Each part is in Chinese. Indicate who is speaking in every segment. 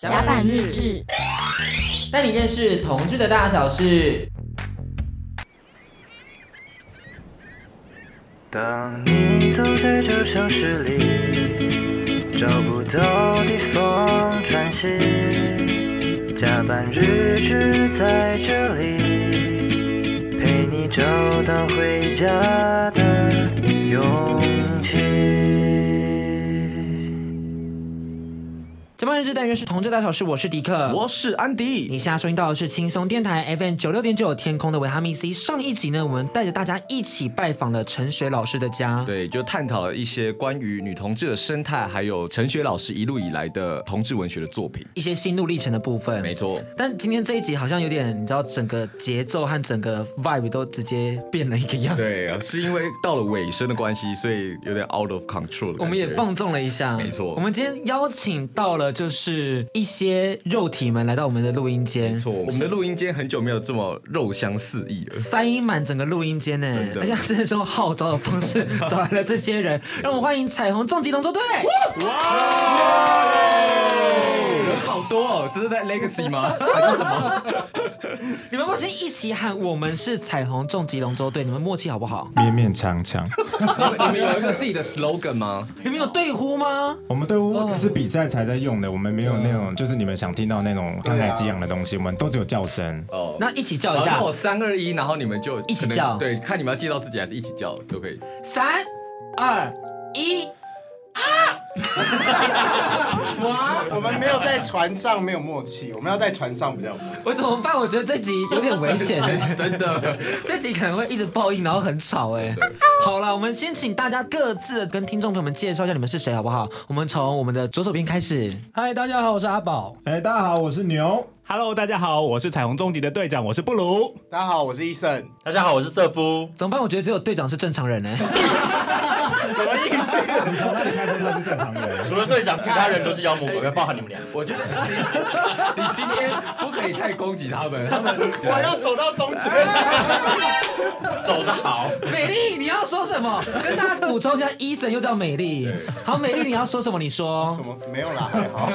Speaker 1: 甲板日志，
Speaker 2: 带你认识同志的大小事。
Speaker 3: 当你走在这城市里，找不到地方喘息，加班日志在这里，陪你找到回家的勇气。
Speaker 2: 甲板日志单元是同志大小事，我是迪克，
Speaker 4: 我是安迪。
Speaker 2: 你现在收听到的是轻松电台 FM 九六点九天空的维他命 C。上一集呢，我们带着大家一起拜访了陈雪老师的 家。
Speaker 4: 对，就探讨了一些关于女同志的生态，还有陈雪老师一路以来的同志文学的作品。
Speaker 2: 一些心路历程的部分，
Speaker 4: 没错，
Speaker 2: 但今天这一集好像有点，你知道，整个节奏和整个 vibe 都直接变了一个样。
Speaker 4: 对，啊是因为到了尾声的关系，所以有点 out of control 的感
Speaker 2: 我
Speaker 4: 觉。
Speaker 2: 们也放纵了一下，
Speaker 4: 没错
Speaker 2: 我们今天邀请到了就是一些肉体们来到我们的录音间，
Speaker 4: 没错，我们的录音间很久没有这么肉香四溢 了。
Speaker 2: 塞满整个录音间呢
Speaker 4: 真，的
Speaker 2: 而且这是用号召的方 式找来了这些人， 让我们欢迎彩虹重疾龙舟队。
Speaker 4: 人好多哦，这是在 Legacy 吗？
Speaker 2: 你们要不要先一起喊我们是彩虹重疾龙舟队？你们默契好不好？
Speaker 5: 勉勉强强。
Speaker 4: 你们你们有一个自己的 slogan 吗？
Speaker 2: 你们有对呼吗？
Speaker 5: 我们队伍是比赛才在用的，我们没有那种就是你们想听到那种慷慨激昂的东西，我们都只有叫声。
Speaker 4: 哦，
Speaker 2: 那一起叫一
Speaker 4: 好，
Speaker 2: 下
Speaker 4: 那，我三二一，然后你们就
Speaker 2: 一起
Speaker 4: 可能
Speaker 2: 叫
Speaker 4: 对，看你们要记到自己还是一起叫都可以。
Speaker 2: 三二
Speaker 6: 哎
Speaker 2: 一。啊
Speaker 6: 我们没有在船上没有默契，我们要在船上比较有默契。
Speaker 2: 我怎么办？我觉得这集有点危险、
Speaker 4: 真的，
Speaker 2: 这集可能会一直爆音，然后很吵哎、好了，我们先请大家各自跟听众朋友们介绍一下你们是谁，好不好？我们从我们的左手边开始。
Speaker 7: 嗨，大家好，我是阿宝。
Speaker 5: 哎，大家好，我是牛。
Speaker 8: Hello，大家好，我是彩虹终极的队长，我是布鲁。
Speaker 6: 大家好，我是医生。
Speaker 9: 大家好，我是瑟夫。
Speaker 2: 怎么办？我觉得只有队长是正常人哎、
Speaker 6: 什么意思？
Speaker 5: 从那里开始他是正常人。
Speaker 9: 除了队长，其他人都是妖魔鬼怪，包含你们俩。
Speaker 4: 我觉得你你今天不可以太攻击他们，他们
Speaker 6: 我要走到中间。
Speaker 9: 走得好，
Speaker 2: 美丽，你要说什么？跟大家补充一下，医生又叫美丽。好，美丽，你要说什么？你说。
Speaker 6: 什么？没有 啦，还好。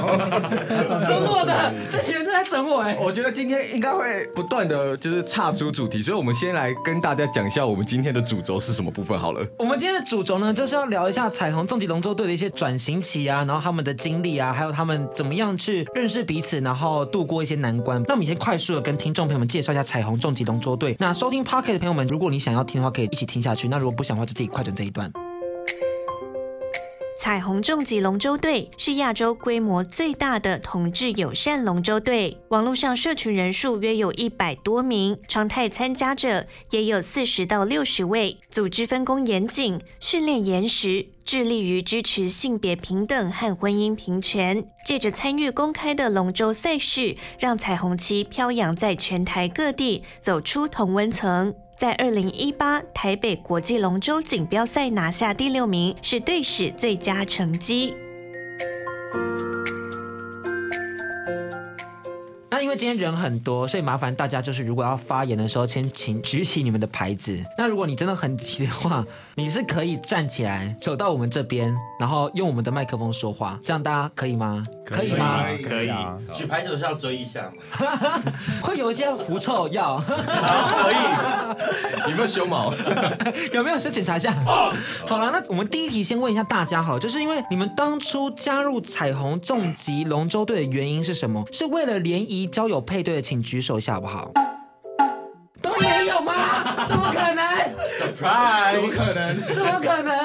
Speaker 2: 折磨的，这群人正在整我哎、
Speaker 4: 我觉得今天应该会不断的就是岔出主题，所以我们先来跟大家讲一下我们今天的主轴是什么部分好了。
Speaker 2: 我们今天的主轴呢，就是要聊一下彩虹重疾龙舟队的一些转型期啊，然后他们的经历啊，还有他们怎么样去认识彼此，然后度过一些难关。那我们先快速的跟听众朋友们介绍一下彩虹重疾龙舟队。那收听 p o c k e t 的朋友们，如果你想要听的话，可以一起听下去；那如果不想的话，就自己快转这一段。
Speaker 10: 彩虹重疾龙舟队是亚洲规模最大的同志友善龙舟队，网络上社群人数约有一百多名，常态参加者也有四十到六十位，组织分工严谨，训练严实。致力于支持性别平等和婚姻平权，借着参与公开的龙舟赛事，让彩虹旗飘扬在全台各地，走出同温层。在二零一八台北国际龙舟锦标赛拿下第六名，是队史最佳成绩。
Speaker 2: 那因为今天人很多，所以麻烦大家就是如果要发言的时候，先请举起你们的牌子。那如果你真的很急的话，你是可以站起来走到我们这边，然后用我们的麦克风说话，这样大家可以吗？可以吗？
Speaker 5: 可以啊，
Speaker 9: 举牌手是要遮一下嘛？
Speaker 2: 会有一些狐臭要，
Speaker 4: 有没有修毛？
Speaker 2: 有没有？先检查一下。好了，那我们第一题先问一下大家好了，就是因为你们当初加入彩虹重疾龙舟队的原因是什么？是为了联谊交友配对的，请举手一下好不好？都没有吗？怎么可能？
Speaker 4: 怎么可能？
Speaker 2: 怎么可能？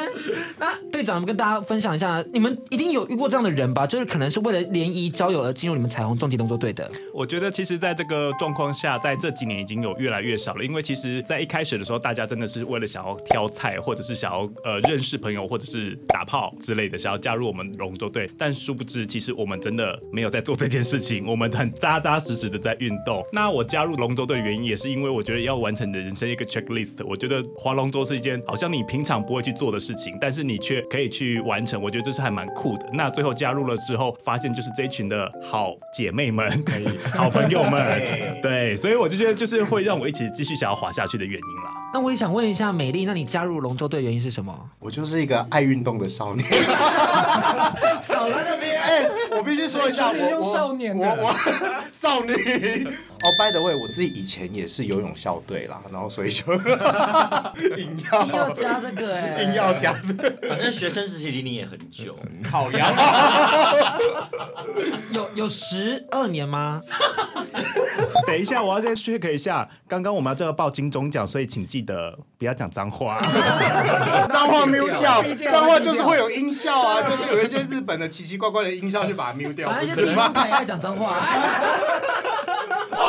Speaker 2: 那队长，我们跟大家分享一下，你们一定有遇过这样的人吧？就是可能是为了联谊交友而进入你们彩虹重疾动作队的。
Speaker 8: 我觉得其实在这个状况下，在这几年已经有越来越少了，因为其实，在一开始的时候，大家真的是为了想要挑菜，或者是想要呃认识朋友，或者是打炮之类的，想要加入我们龙舟队。但殊不知，其实我们真的没有在做这件事情，我们很扎扎实实的在运动。那我加入龙舟队的原因，也是因为我觉得要完成你的人生一个 checklist。我觉得划龙舟是一件好像你平常不会去做的事情，但是你却可以去完成，我觉得这是还蛮酷的。那最后加入了之后，发现就是这一群的好姐妹们、好朋友们，对，所以我就觉得就是会让我一起继续想要滑下去的原因啦。
Speaker 2: 那我也想问一下美丽，那你加入龙舟队的原因是什么？
Speaker 6: 我就是一个爱运动的少年。
Speaker 4: 少在那边。
Speaker 6: 哎、哎，我必须说一下，
Speaker 5: 谁说你
Speaker 6: 我
Speaker 5: 用
Speaker 6: 我
Speaker 5: 少年的
Speaker 6: 我我少女。哦、b y the way，我自己以前也是游泳校队啦，然后所以就硬
Speaker 2: 一定要
Speaker 6: 要
Speaker 2: 加这个哎、
Speaker 6: 硬要加这个
Speaker 9: 反正学生时期离你也很久，
Speaker 5: 嗯
Speaker 6: 烤羊。
Speaker 2: 有有十二年吗？
Speaker 8: 等一下，我要先 check 一下，刚刚我们要这个报金钟奖，所以请记得不要讲脏话。
Speaker 6: 脏话 mute 掉，脏话就是会有音效 啊，就是有一些日本的奇奇怪怪的音效去把它 mute 掉，
Speaker 2: 反
Speaker 6: 不
Speaker 2: 正
Speaker 6: 是
Speaker 2: 就是
Speaker 6: 吗？
Speaker 2: 太爱讲脏话、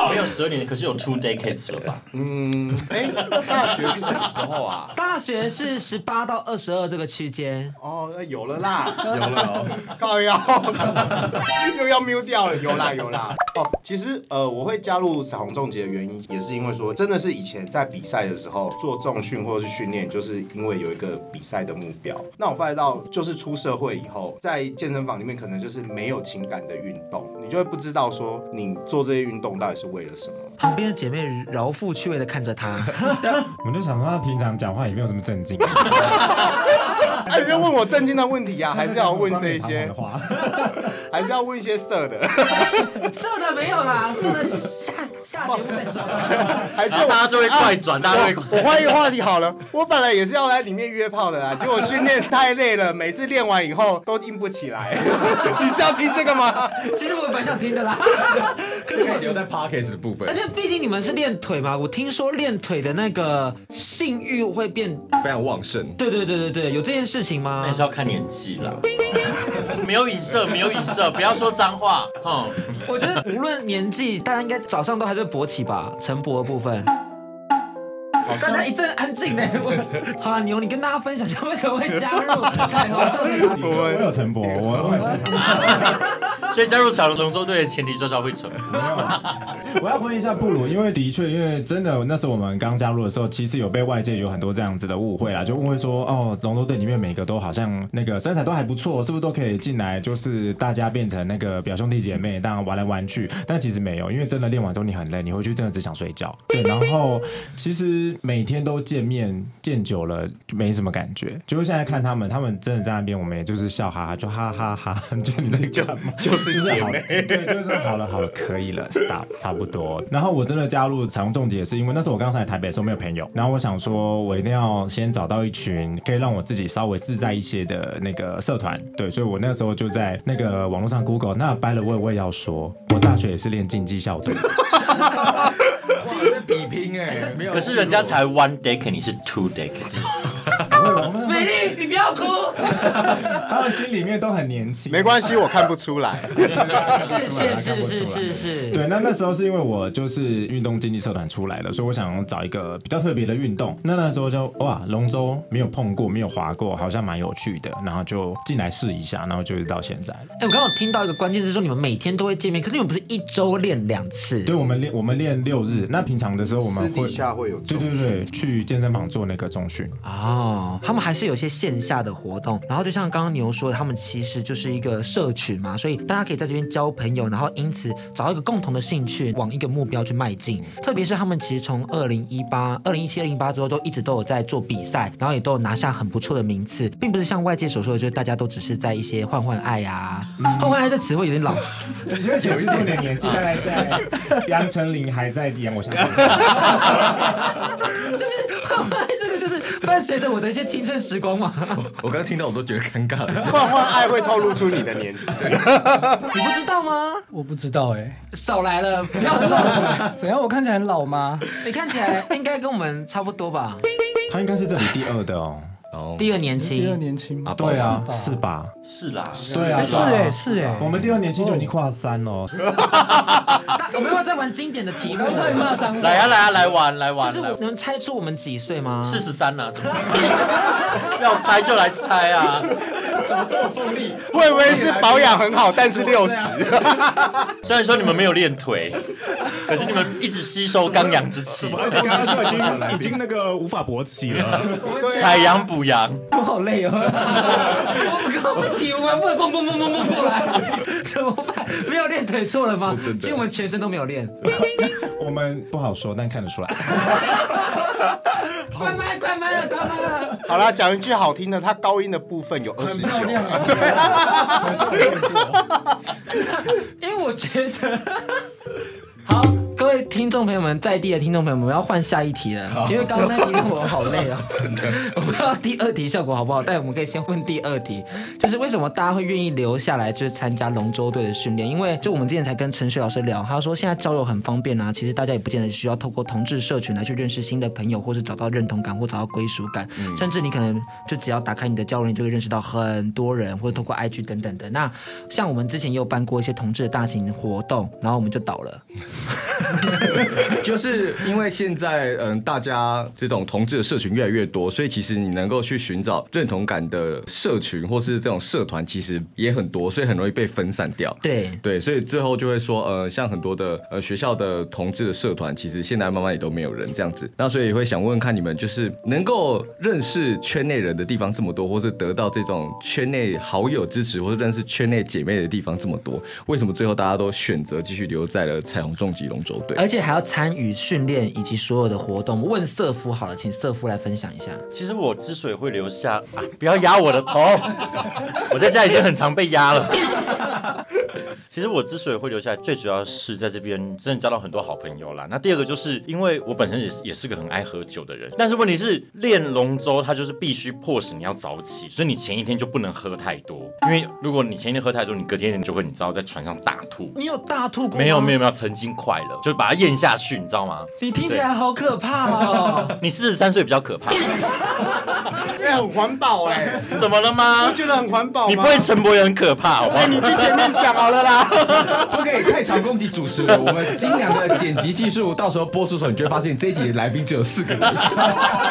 Speaker 9: 没有十二年，可是有 two decades 了吧？
Speaker 6: 嗯，哎，大学是什么时候啊？
Speaker 2: 大学是十八到二十二这个区间，
Speaker 6: 哦，那 有了啦，
Speaker 4: 有了、哦。
Speaker 6: 靠腰， 又要 mute 掉了，有啦有啦。哦，其实呃，我会加入彩虹重疾的原因，也是因为说，真的是以前在比赛的时候做重训或者是训练，就是因为有一个比赛的目标。那我发现到，就是出社会以后，在健身房里面可能就是没有情感的运动，你就会不知道说你做这些运动到底是为了什么。
Speaker 2: 旁边的姐妹饶富趣味的看着 他，
Speaker 5: 我就想说他平常讲话也没有什么 正经，
Speaker 6: 哎，你就问我正经的问题啊，还是要问这些
Speaker 5: 的，话，
Speaker 6: 还是要问一些色的，
Speaker 2: 色的没有啦，色的下下节目再说。
Speaker 6: 还是
Speaker 9: 然后
Speaker 6: 我啊
Speaker 9: 大家就会快转，大家就会
Speaker 6: 我我换一个话题好了，我本来也是要来里面约炮的啦，啊结果训练太累了，每次练完以后都硬不起来。 你是要听这个 吗？
Speaker 2: 其实我蛮想听的啦，可是
Speaker 4: 可以
Speaker 2: 我。
Speaker 4: 留在 podcast 的部分
Speaker 2: 而，且毕竟你们是练腿嘛，我听说练腿的那个性欲会变，
Speaker 4: 非常旺盛。
Speaker 2: 对对对对对，有这件事情吗
Speaker 9: 那也？是要看年纪啦。没有影射，没有影射，不要说脏话。哼，
Speaker 2: 我觉得无论年纪，大家应该早上都还是会勃起吧，晨勃的部 分。大家一阵安静呢。我好啊，牛，你跟大家分享一下为什么会加入彩虹少 女团
Speaker 5: 我有陈博，我我很正常。
Speaker 9: 所以加入彩虹龙舟队的前提就是要会成。
Speaker 5: 我要问一下布鲁，因为的确，因为真的那时候我们刚加入的时候，其实有被外界有很多这样子的误会啦，就误会说哦，龙舟队里面每个都好像那个身材都还不错，是不是都可以进来？就是大家变成那个表兄弟姐妹，当然玩来玩去，但其实没有，因为真的练完之后你很累，你回去真的只想睡觉。 对，然后其实每天都见面，见久了就没什么感觉。就是现在看他们，他们真的在那边，我们也就是笑哈哈，就哈哈哈哈， 就你在干嘛？
Speaker 6: 就是姐
Speaker 5: 好
Speaker 6: 妹。
Speaker 5: 对，就是说好了，好了，可以了，stop，差不多。然后我真的加入彩虹重疾也是因为那时候我刚上来台北的时候没有朋友，然后我想说我一定要先找到一群可以让我自己稍微自在一些的那个社团，对，所以我那时候就在那个网络上 Google。那 by the way，我也要说，我大学也是练竞技校队，
Speaker 4: 在比拼哎、没有。
Speaker 9: 可是人家才 one decade，你是 two decade。
Speaker 2: 美丽，你不要哭，哎
Speaker 5: 他们心里面都很年轻，
Speaker 6: 没关系，我看不出 来。
Speaker 2: 是是是是是是。
Speaker 5: 对，那那时候是因为我就是运动竞技社团出来的，所以我想找一个比较特别的运动。那那时候就哇，龙舟没有碰过，没有划过，好像蛮有趣的，然后就进来试一下，然后就是到现在。
Speaker 2: 哎，我刚刚有听到一个关键是说你们每天都会见面，可是你们不是一周练两次？
Speaker 5: 对，我们练我们练六日，那平常的时候我们
Speaker 6: 私
Speaker 5: 会
Speaker 6: 底下会有
Speaker 5: 对对对，去健身房做那个重训。
Speaker 2: 哦，他们还是有一些线下的活动，然后就像刚刚牛说的，他们其实就是一个社群嘛，所以大家可以在这边交朋友，然后因此找到一个共同的兴趣，往一个目标去迈进。特别是他们其实从二零一八、二零一七、二零八之后，都一直都有在做比赛，然后也都有拿下很不错的名次，并不是像外界所说的，就是大家都只是在一些换换爱呀、啊，换换爱这词汇有点老，
Speaker 5: 因为显示出你的年纪大概在杨丞琳还在演，我想。
Speaker 2: 换换爱这个就是伴随着我的一些青春时光嘛。
Speaker 4: 我刚刚听到我都觉得尴尬了。
Speaker 6: 换换 爱会透露出你的年纪。
Speaker 2: 你不知道吗？
Speaker 1: 我不知道 哎、
Speaker 2: 少来了，不要弄。
Speaker 1: 怎样？我看起来很老吗？
Speaker 2: 你看起来应该跟我们差不多 吧？
Speaker 5: 他应该是这里第二的哦。
Speaker 4: 哦，
Speaker 2: 第二年
Speaker 1: 第二
Speaker 2: 轻，
Speaker 1: 年轻吗？
Speaker 5: 对啊，是吧？
Speaker 9: 是啦，
Speaker 5: 对啊，
Speaker 1: 是哎、是哎、
Speaker 5: 我们第二年轻就已经跨三了。哦
Speaker 2: 大我们要再玩经典的题目
Speaker 1: 我。差点骂脏话。
Speaker 9: 来啊来啊来玩来玩
Speaker 2: 就是
Speaker 9: 来
Speaker 2: 我
Speaker 9: 玩。
Speaker 2: 能猜出我们几岁吗？
Speaker 9: 四十三啊了，怎么要猜就来猜啊！
Speaker 6: 我以为是保养很好，但是六十。
Speaker 9: 虽然说你们没有练腿，可是你们一直吸收刚阳之气，
Speaker 8: 刚刚说已经已经那个无法勃起了，
Speaker 9: 采阳补阳。
Speaker 2: 我好累哦。我们刚刚问题我们不能蹦蹦蹦蹦蹦过来， 怎么办？ 没有练腿错了 吗？其实我们全 身都没有练。
Speaker 5: 我们不好说，但看得出来。
Speaker 2: 关麦，关麦了，关麦了。
Speaker 6: 好啦，讲一句好听的，它高音的部分有二十九，
Speaker 2: 因为我觉得，好，各位听众朋友们，在地的听众朋友们，我要换下一题了，因为刚刚那题让我好累啊、真的。 我不知道第二题效果好不好，但我们可以先问第二题，就是为什么大家会愿意留下来，就是参加龙舟队的训练？因为就我们之前才跟陈水老师聊，他说现在交友很方便啊，其实大家也不见得需要透过同志社群来去认识新的朋友，或是找到认同感或找到归属感，甚至你可能就只要打开你的交友，你就会认识到很多人，或者透过 IG 等等的。那像我们之前也有办过一些同志的大型活动，然后我们就倒了。
Speaker 4: 就是因为现在嗯，大家这种同志的社群越来越多，所以其实你能够去寻找认同感的社群或是这种社团，其实也很多，所以很容易被分散掉。
Speaker 2: 对
Speaker 4: 对，所以最后就会说，呃，像很多的呃学校的同志的社团，其实现在慢慢也都没有人这样子。那所以也会想问问看你们，就是能够认识圈内人的地方这么多，或是得到这种圈内好友支持，或是认识圈内姐妹的地方这么多，为什么最后大家都选择继续留在了彩虹重疾龙舟队？
Speaker 2: 而且还要参与训练以及所有的活动。问瑟夫好了，请瑟夫来分享一下。
Speaker 9: 其实我之所以会留下，啊、不要压我的头，我在家已经很常被压了。其实我之所以会留下来，最主要是在这边真的交到很多好朋友啦。那第二个就是因为我本身也是也是个很爱喝酒的人，但是问题是练龙舟，它就是必须迫使你要早起，所以你前一天就不能喝太多，因为如果你前一天喝太多，你隔天你就会你知道在船上大吐。
Speaker 2: 你有大吐过吗
Speaker 9: 没有没有，没有，曾经快乐，就把它咽下去，你知道吗？
Speaker 2: 你听起来好可怕 哦。
Speaker 9: 你四十三岁比较可怕，
Speaker 6: 这很环保哎，
Speaker 9: 怎么了
Speaker 6: 不
Speaker 9: 吗？
Speaker 6: 觉得很环保吗？哎
Speaker 9: 你不会陈柏也很可怕，好不好？
Speaker 6: 你去 前面讲好了啦。
Speaker 4: 不可以太常攻击主持人，我们精良的剪辑技术，到时候播出的时候，你就会发现这一集的来宾只有四个人。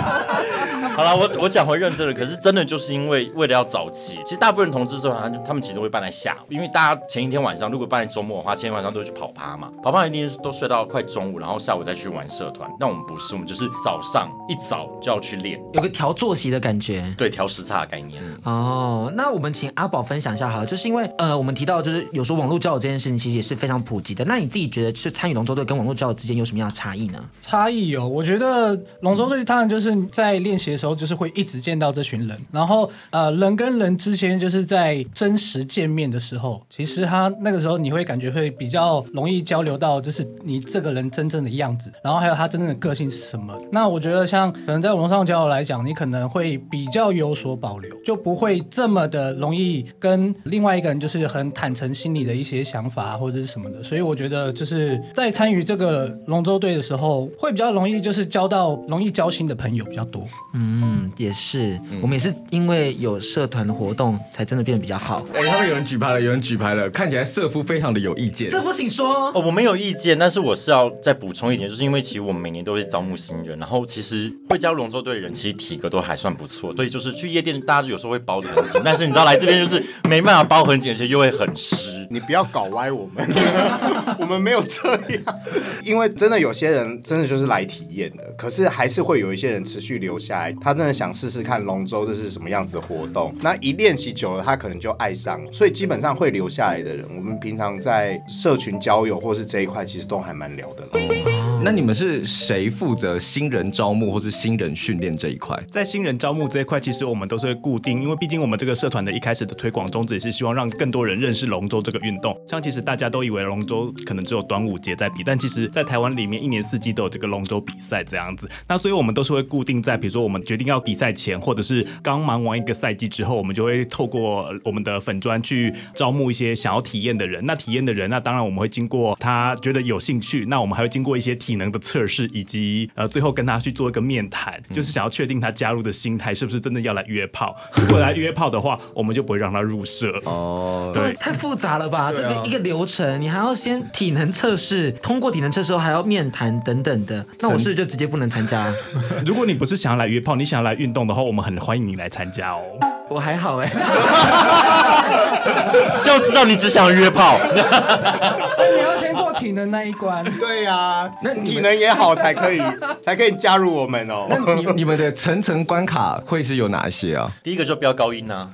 Speaker 9: 好了，我我讲回认真的，可是真的就是因为为了要早起，其实大部分同志社团他他们其实都会办在下午，因为大家前一天晚上如果办在周末的话，前一天晚上都会去跑趴嘛，跑趴一定都睡到快中午，然后下午再去玩社团。那我们不是，我们就是早上一早就要去练，
Speaker 2: 有个调作息的感觉
Speaker 9: 对，调时差的概念。
Speaker 2: 哦。那我们请阿宝分享一下好了，就是因为呃，我们提到就是有时候网络交友这件事情其实也是非常普及的。那你自己觉得是参与龙舟队跟网络交友之间有什么样的差异呢？
Speaker 1: 差异有，我觉得龙舟队当然就是在练习的时候，就是会一直见到这群人，然后呃，人跟人之间就是在真实见面的时候，其实他那个时候你会感觉会比较容易交流到，就是你这个人真正的样子，然后还有他真正的个性是什么。那我觉得呃像可能在网络上交友来讲，你可能会比较有所保留，就不会这么的容易跟另外一个人就是很坦诚心里的一些想法啊或者是什么的。所以我觉得就是在参与这个龙舟队的时候，会比较容易就是交到容易交心的朋友比较多。
Speaker 2: 嗯，也是，我们也是因为有社团的活动才真的变得比较好。
Speaker 4: 哎、他们有人举牌了，有人举牌了，看起来瑟夫非常的有意见。
Speaker 2: 瑟夫，请说。
Speaker 9: 哦，我没有意见，但是我是要再补充一点，就是因为其实我们每年都会招募新人，然后其实会加入龙舟队的人，其实体格都还算不错，所以就是去夜店，大家有时候会包的很紧，但是你知道来这边就是没办法包很紧，而且又会很湿。
Speaker 6: 你不要搞歪我们， 我们没有这样。因为真的有些人真的就是来体验的，可是还是会有一些人持续留下来，他真的想试试看龙舟这是什么样子的活动。那一练习久了，他可能就爱上了。所以基本上会留下来的人，我们平常在社群交友或是这一块，其实都还蛮聊的啦。
Speaker 4: 那你们是谁负责新人招募或是新人训练这一块？
Speaker 8: 在新人招募这一块，其实我们都是会固定，因为毕竟我们这个社团的一开始的推广宗旨也是希望让更多人认识龙舟这个运动。像其实大家都以为龙舟可能只有端午节在比，但其实在台湾里面一年四季都有这个龙舟比赛这样子。那所以我们都是会固定在，比如说我们决定要比赛前，或者是刚忙完一个赛季之后，我们就会透过我们的粉砖去招募一些想要体验的人。那体验的人，那当然我们会经过他觉得有兴趣，那我们还会经过一些体能的测试，以及呃最后跟他去做一个面谈，就是想要确定他加入的心态是不是真的要来约 炮。如果来约炮的话，我们就不会让他入社。
Speaker 4: 哦，
Speaker 8: 对，
Speaker 2: 太复杂了吧？这个一个流程，你还要先体能测试，通过体能测试后还要面谈等等的。那我是不是就直接不能参加？
Speaker 8: 如果你不是想要来约炮，你想要来运动的话，我们很欢迎你来参加哦。
Speaker 2: 我还好哎、
Speaker 9: 就知道你只想约炮，
Speaker 1: 你要先过体能那一关，
Speaker 6: 对呀、那体能也好才可以，才可以加入我们哦。
Speaker 4: 那你你们的层层关卡会是有哪些啊？
Speaker 9: 第一个就飙高音啊，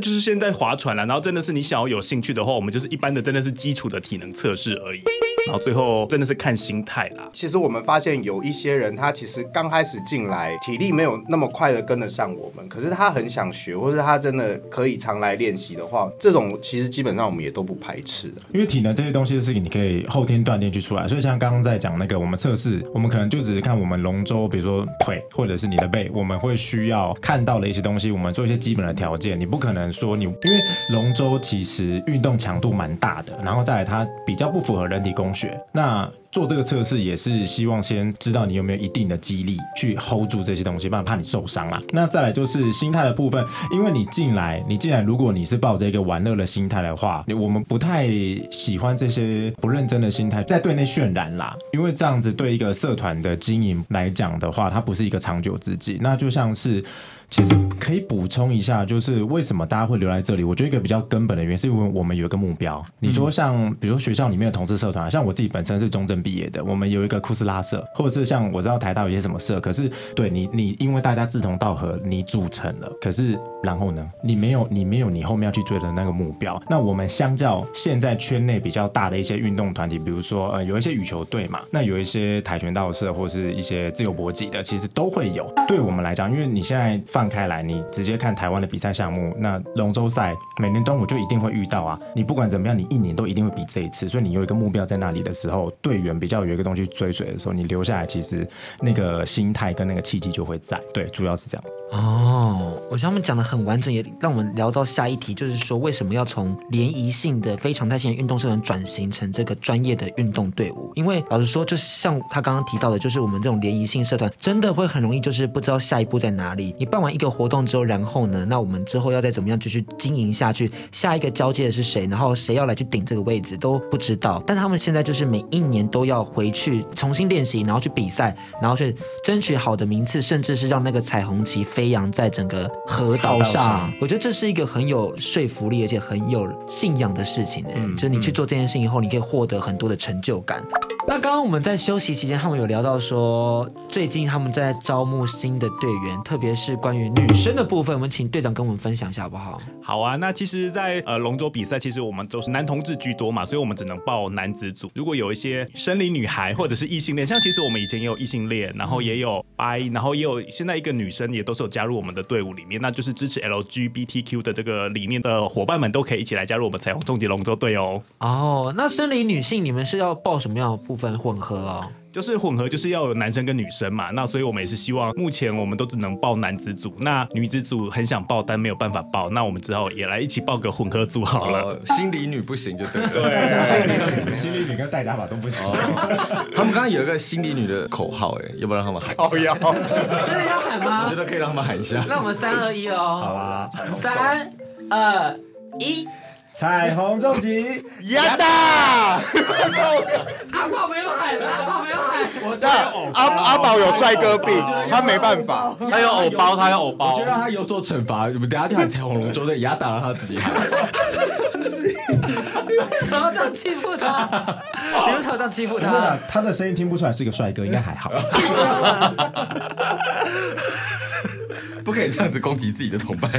Speaker 8: 就是现在划船了，然后真的是你想要有兴趣的话，我们就是一般的真的是基础的体能测试而已。然后最后真的是看心态啦。
Speaker 6: 其实我们发现有一些人，他其实刚开始进来，体力没有那么快的跟得上我们，可是他很想学，或者他真的可以常来练习的话，这种其实基本上我们也都不排斥的。
Speaker 5: 因为体能这些东西的事情，你可以后天锻炼去出来。所以像刚刚在讲那个，我们测试，我们可能就只是看我们龙舟，比如说腿或者是你的背，我们会需要看到的一些东西，我们做一些基本的条件。你不可能说你，因为龙舟其实运动强度蛮大的，然后再来它比较不符合人体工学。那做这个测试也是希望先知道你有没有一定的肌力去 hold 住这些东西，不然怕你受伤啦。那再来就是心态的部分，因为你进来，你进来，如果你是抱着一个玩乐的心态的话，你我们不太喜欢这些不认真的心态在对内渲染啦，因为这样子对一个社团的经营来讲的话，它不是一个长久之计。那就像是。其实可以补充一下，就是为什么大家会留在这里？我觉得一个比较根本的原因，是因为我们有一个目标。你说像，比如说学校里面的同志社团，啊像我自己本身是中正毕业的，我们有一个库斯拉社，或者是像我知道台大有一些什么社，可是对你，你因为大家志同道合，你组成了，可是然后呢，你没有，你没有你后面要去追的那个目标。那我们相较现在圈内比较大的一些运动团体，比如说呃有一些羽球队嘛，那有一些跆拳道社或是一些自由搏击的，其实都会有。对我们来讲，因为你现在放开来，你直接看台湾的比赛项目，那龙舟赛每年端午就一定会遇到啊。你不管怎么样，你一年都一定会比这一次，所以你有一个目标在那里的时候，队员比较有一个东西追随的时候，你留下来，其实那个心态跟那个契机就会在。对，主要是这样子。
Speaker 2: 哦，我觉得他们讲的很完整，也让我们聊到下一题，就是说为什么要从联谊性的非常态性的运动社团转型成这个专业的运动队伍？因为老实说，就像他刚刚提到的，就是我们这种联谊性社团真的会很容易就是不知道下一步在哪里。你办完一个活动之后，然后呢，那我们之后要再怎么样继续经营下去，下一个交接的是谁，然后谁要来去顶这个位置都不知道。但他们现在就是每一年都要回去重新练习，然后去比赛，然后去争取好的名次，甚至是让那个彩虹旗飞扬在整个河道
Speaker 5: 河道
Speaker 2: 上
Speaker 5: 上。
Speaker 2: 我觉得这是一个很有说服力，而且很有信仰的事情、欸。就是你去做这件事情以后，你可以获得很多的成就感。那刚刚我们在休息期间，他们有聊到说，最近他们在招募新的队员，特别是关于女生的部分，我们请队长跟我们分享一下好不好？
Speaker 8: 好啊，那其实在，呃龙舟比赛，其实我们都是男同志居多嘛，所以我们只能报男子组。如果有一些生理女孩或者是异性恋，像其实我们以前也有异性恋，然后也有 bi，然后也有现在一个女生也都是有加入我们的队伍里面，那就是支持 LGBTQ 的这个理念的伙伴们都可以一起来加入我们彩虹终极龙舟队哦。
Speaker 2: 哦，那生理女性你们是要报什么样的部分混合哦？
Speaker 8: 就是混合，就是要有男生跟女生嘛。那所以我们也是希望，目前我们都只能报男子组，那女子组很想报，但没有办法报，那我们只好也来一起报个混合组好了。
Speaker 4: 哦，心理女不行就对了。
Speaker 5: 心理女跟戴甲法都不行。
Speaker 4: 他们刚刚有一个心理女的口号，哎，要不然让他们喊一下，
Speaker 6: 哦要，
Speaker 2: 真的要喊
Speaker 4: 我
Speaker 2: 吗
Speaker 4: 觉？得可以让他们喊一下。 啊
Speaker 2: 那我们三二一
Speaker 9: 啊
Speaker 2: 哦，好
Speaker 5: 啦，
Speaker 2: 三二一，
Speaker 5: 彩虹重击，
Speaker 6: 亚达，
Speaker 2: 阿炮没有喊，阿炮没有喊，
Speaker 6: 那阿
Speaker 5: 啊
Speaker 6: 阿宝有帅哥病，他没办法。
Speaker 9: 他有偶包，他有偶包
Speaker 4: 我觉得。让他有所惩罚，我们等下就喊彩虹龙舟队，也要打到他自己喊。
Speaker 2: 怎么这样欺负他？你们怎么这样欺负他？
Speaker 5: 他的声音听不出来是个帅哥，应该还好。
Speaker 4: 不可以这样子攻击自己的同伴。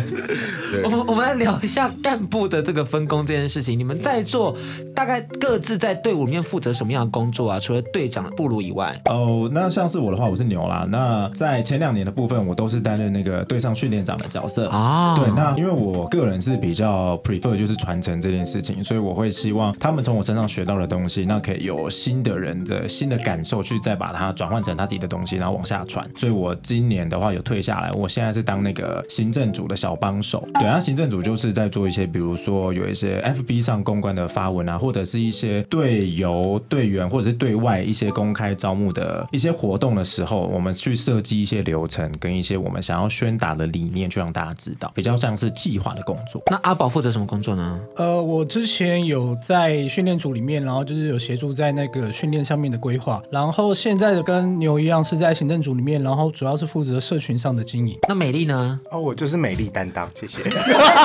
Speaker 4: 对
Speaker 2: 我，们我们来聊一下干部的这个分工这件事情。你们在做大概各自在队伍里面负责什么样的工作啊？除了队长部落以外，
Speaker 5: 哦，那像是我的话，我是牛啦。那在前两年的部分，我都是担任那个队上训练长的角色
Speaker 2: 啊
Speaker 5: 对，那因为我个人是比较 prefer 就是传承这件事情，所以我会希望他们从我身上学到的东西，那可以有新的人的新的感受去再把它转换成他自己的东西，然后往下传。所以我今年的话有退下来，我现在是当那个行政组的小帮手。对，那行政组就是在做一些，比如说有一些 FB 上公关的发文啊，或者是一些队友、队员或者是对外一些公开招募的一些活动的时候，我们去设计一些流程跟一些我们想要宣达的理念，去让大家知道，比较像是计划的工作。
Speaker 2: 那阿宝负责什么工作呢？
Speaker 1: 呃，我之前有在训练组里面，然后就是有协助在那个训练上面的规划，然后现在的跟牛一样是在行政组里面，然后主要是负责社群上的经营。
Speaker 2: 那每美丽呢？
Speaker 6: 哦，我就是美丽担当，谢谢。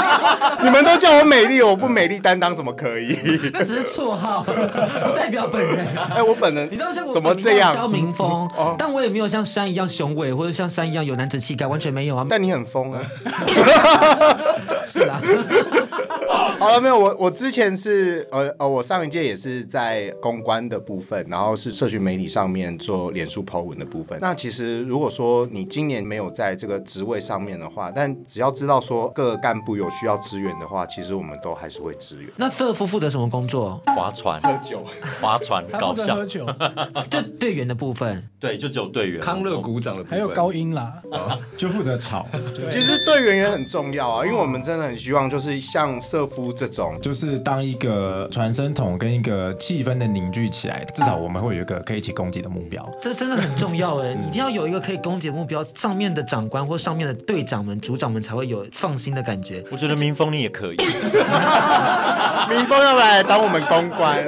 Speaker 6: 你们都叫我美丽，我不美丽担当怎么可 以？
Speaker 2: 那只是绰号，不代表本人。
Speaker 6: 哎、我本人
Speaker 2: 你知道像我
Speaker 6: 怎么
Speaker 2: 本名叫
Speaker 6: 这
Speaker 2: 萧
Speaker 6: 样？
Speaker 2: 明峰
Speaker 6: 哦，
Speaker 2: 但我也没有像山一样雄伟，或者像山一样有男子气概，完全没有啊。
Speaker 6: 但你很疯啊！
Speaker 2: 是啦，
Speaker 6: 好了，没有我，我之前是呃呃，我上一届也是在公关的部分，然后是社群媒体上面做脸书 po 文的部分。那其实如果说你今年没有在这个职位上面的话，但只要知道说各个干部有需要支援的话，其实我们都还是会支援。
Speaker 2: 那瑟夫负责什么工作？
Speaker 9: 划船，
Speaker 6: 喝酒，
Speaker 9: 划船
Speaker 1: 他
Speaker 9: 搞
Speaker 1: 负责
Speaker 9: 笑
Speaker 1: 喝，酒，
Speaker 2: 就队员的部分，
Speaker 9: 对，就只有队员。
Speaker 4: 康乐鼓掌的部分
Speaker 1: 还有高音啦，
Speaker 9: 哦
Speaker 5: 就负责吵，就
Speaker 6: 其实队员也很重要啊，因为我们真的很希望就是像社夫这种。
Speaker 5: 就是当一个传声筒跟一个气氛的凝聚起来，至少我们会有一个可以一起攻击的目标。
Speaker 2: 这真的很重要哎，一定要有一个可以攻击的目标，上面的长官或上面的队长们、组长们才会有放心的感觉。
Speaker 9: 我觉得民风你也可以，
Speaker 6: 民风要不要来当我们公关，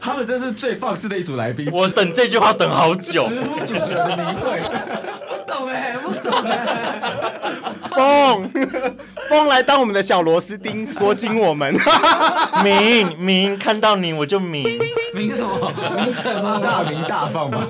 Speaker 7: 他们真是最放肆的一组来宾。
Speaker 9: 我等这句话等好久。
Speaker 2: 懂哎，不懂哎。
Speaker 6: 风风来当我们的小螺丝钉，锁紧我们。
Speaker 9: 明明看到你我就明，
Speaker 2: 明什么？明什么？
Speaker 7: 大名大放吧，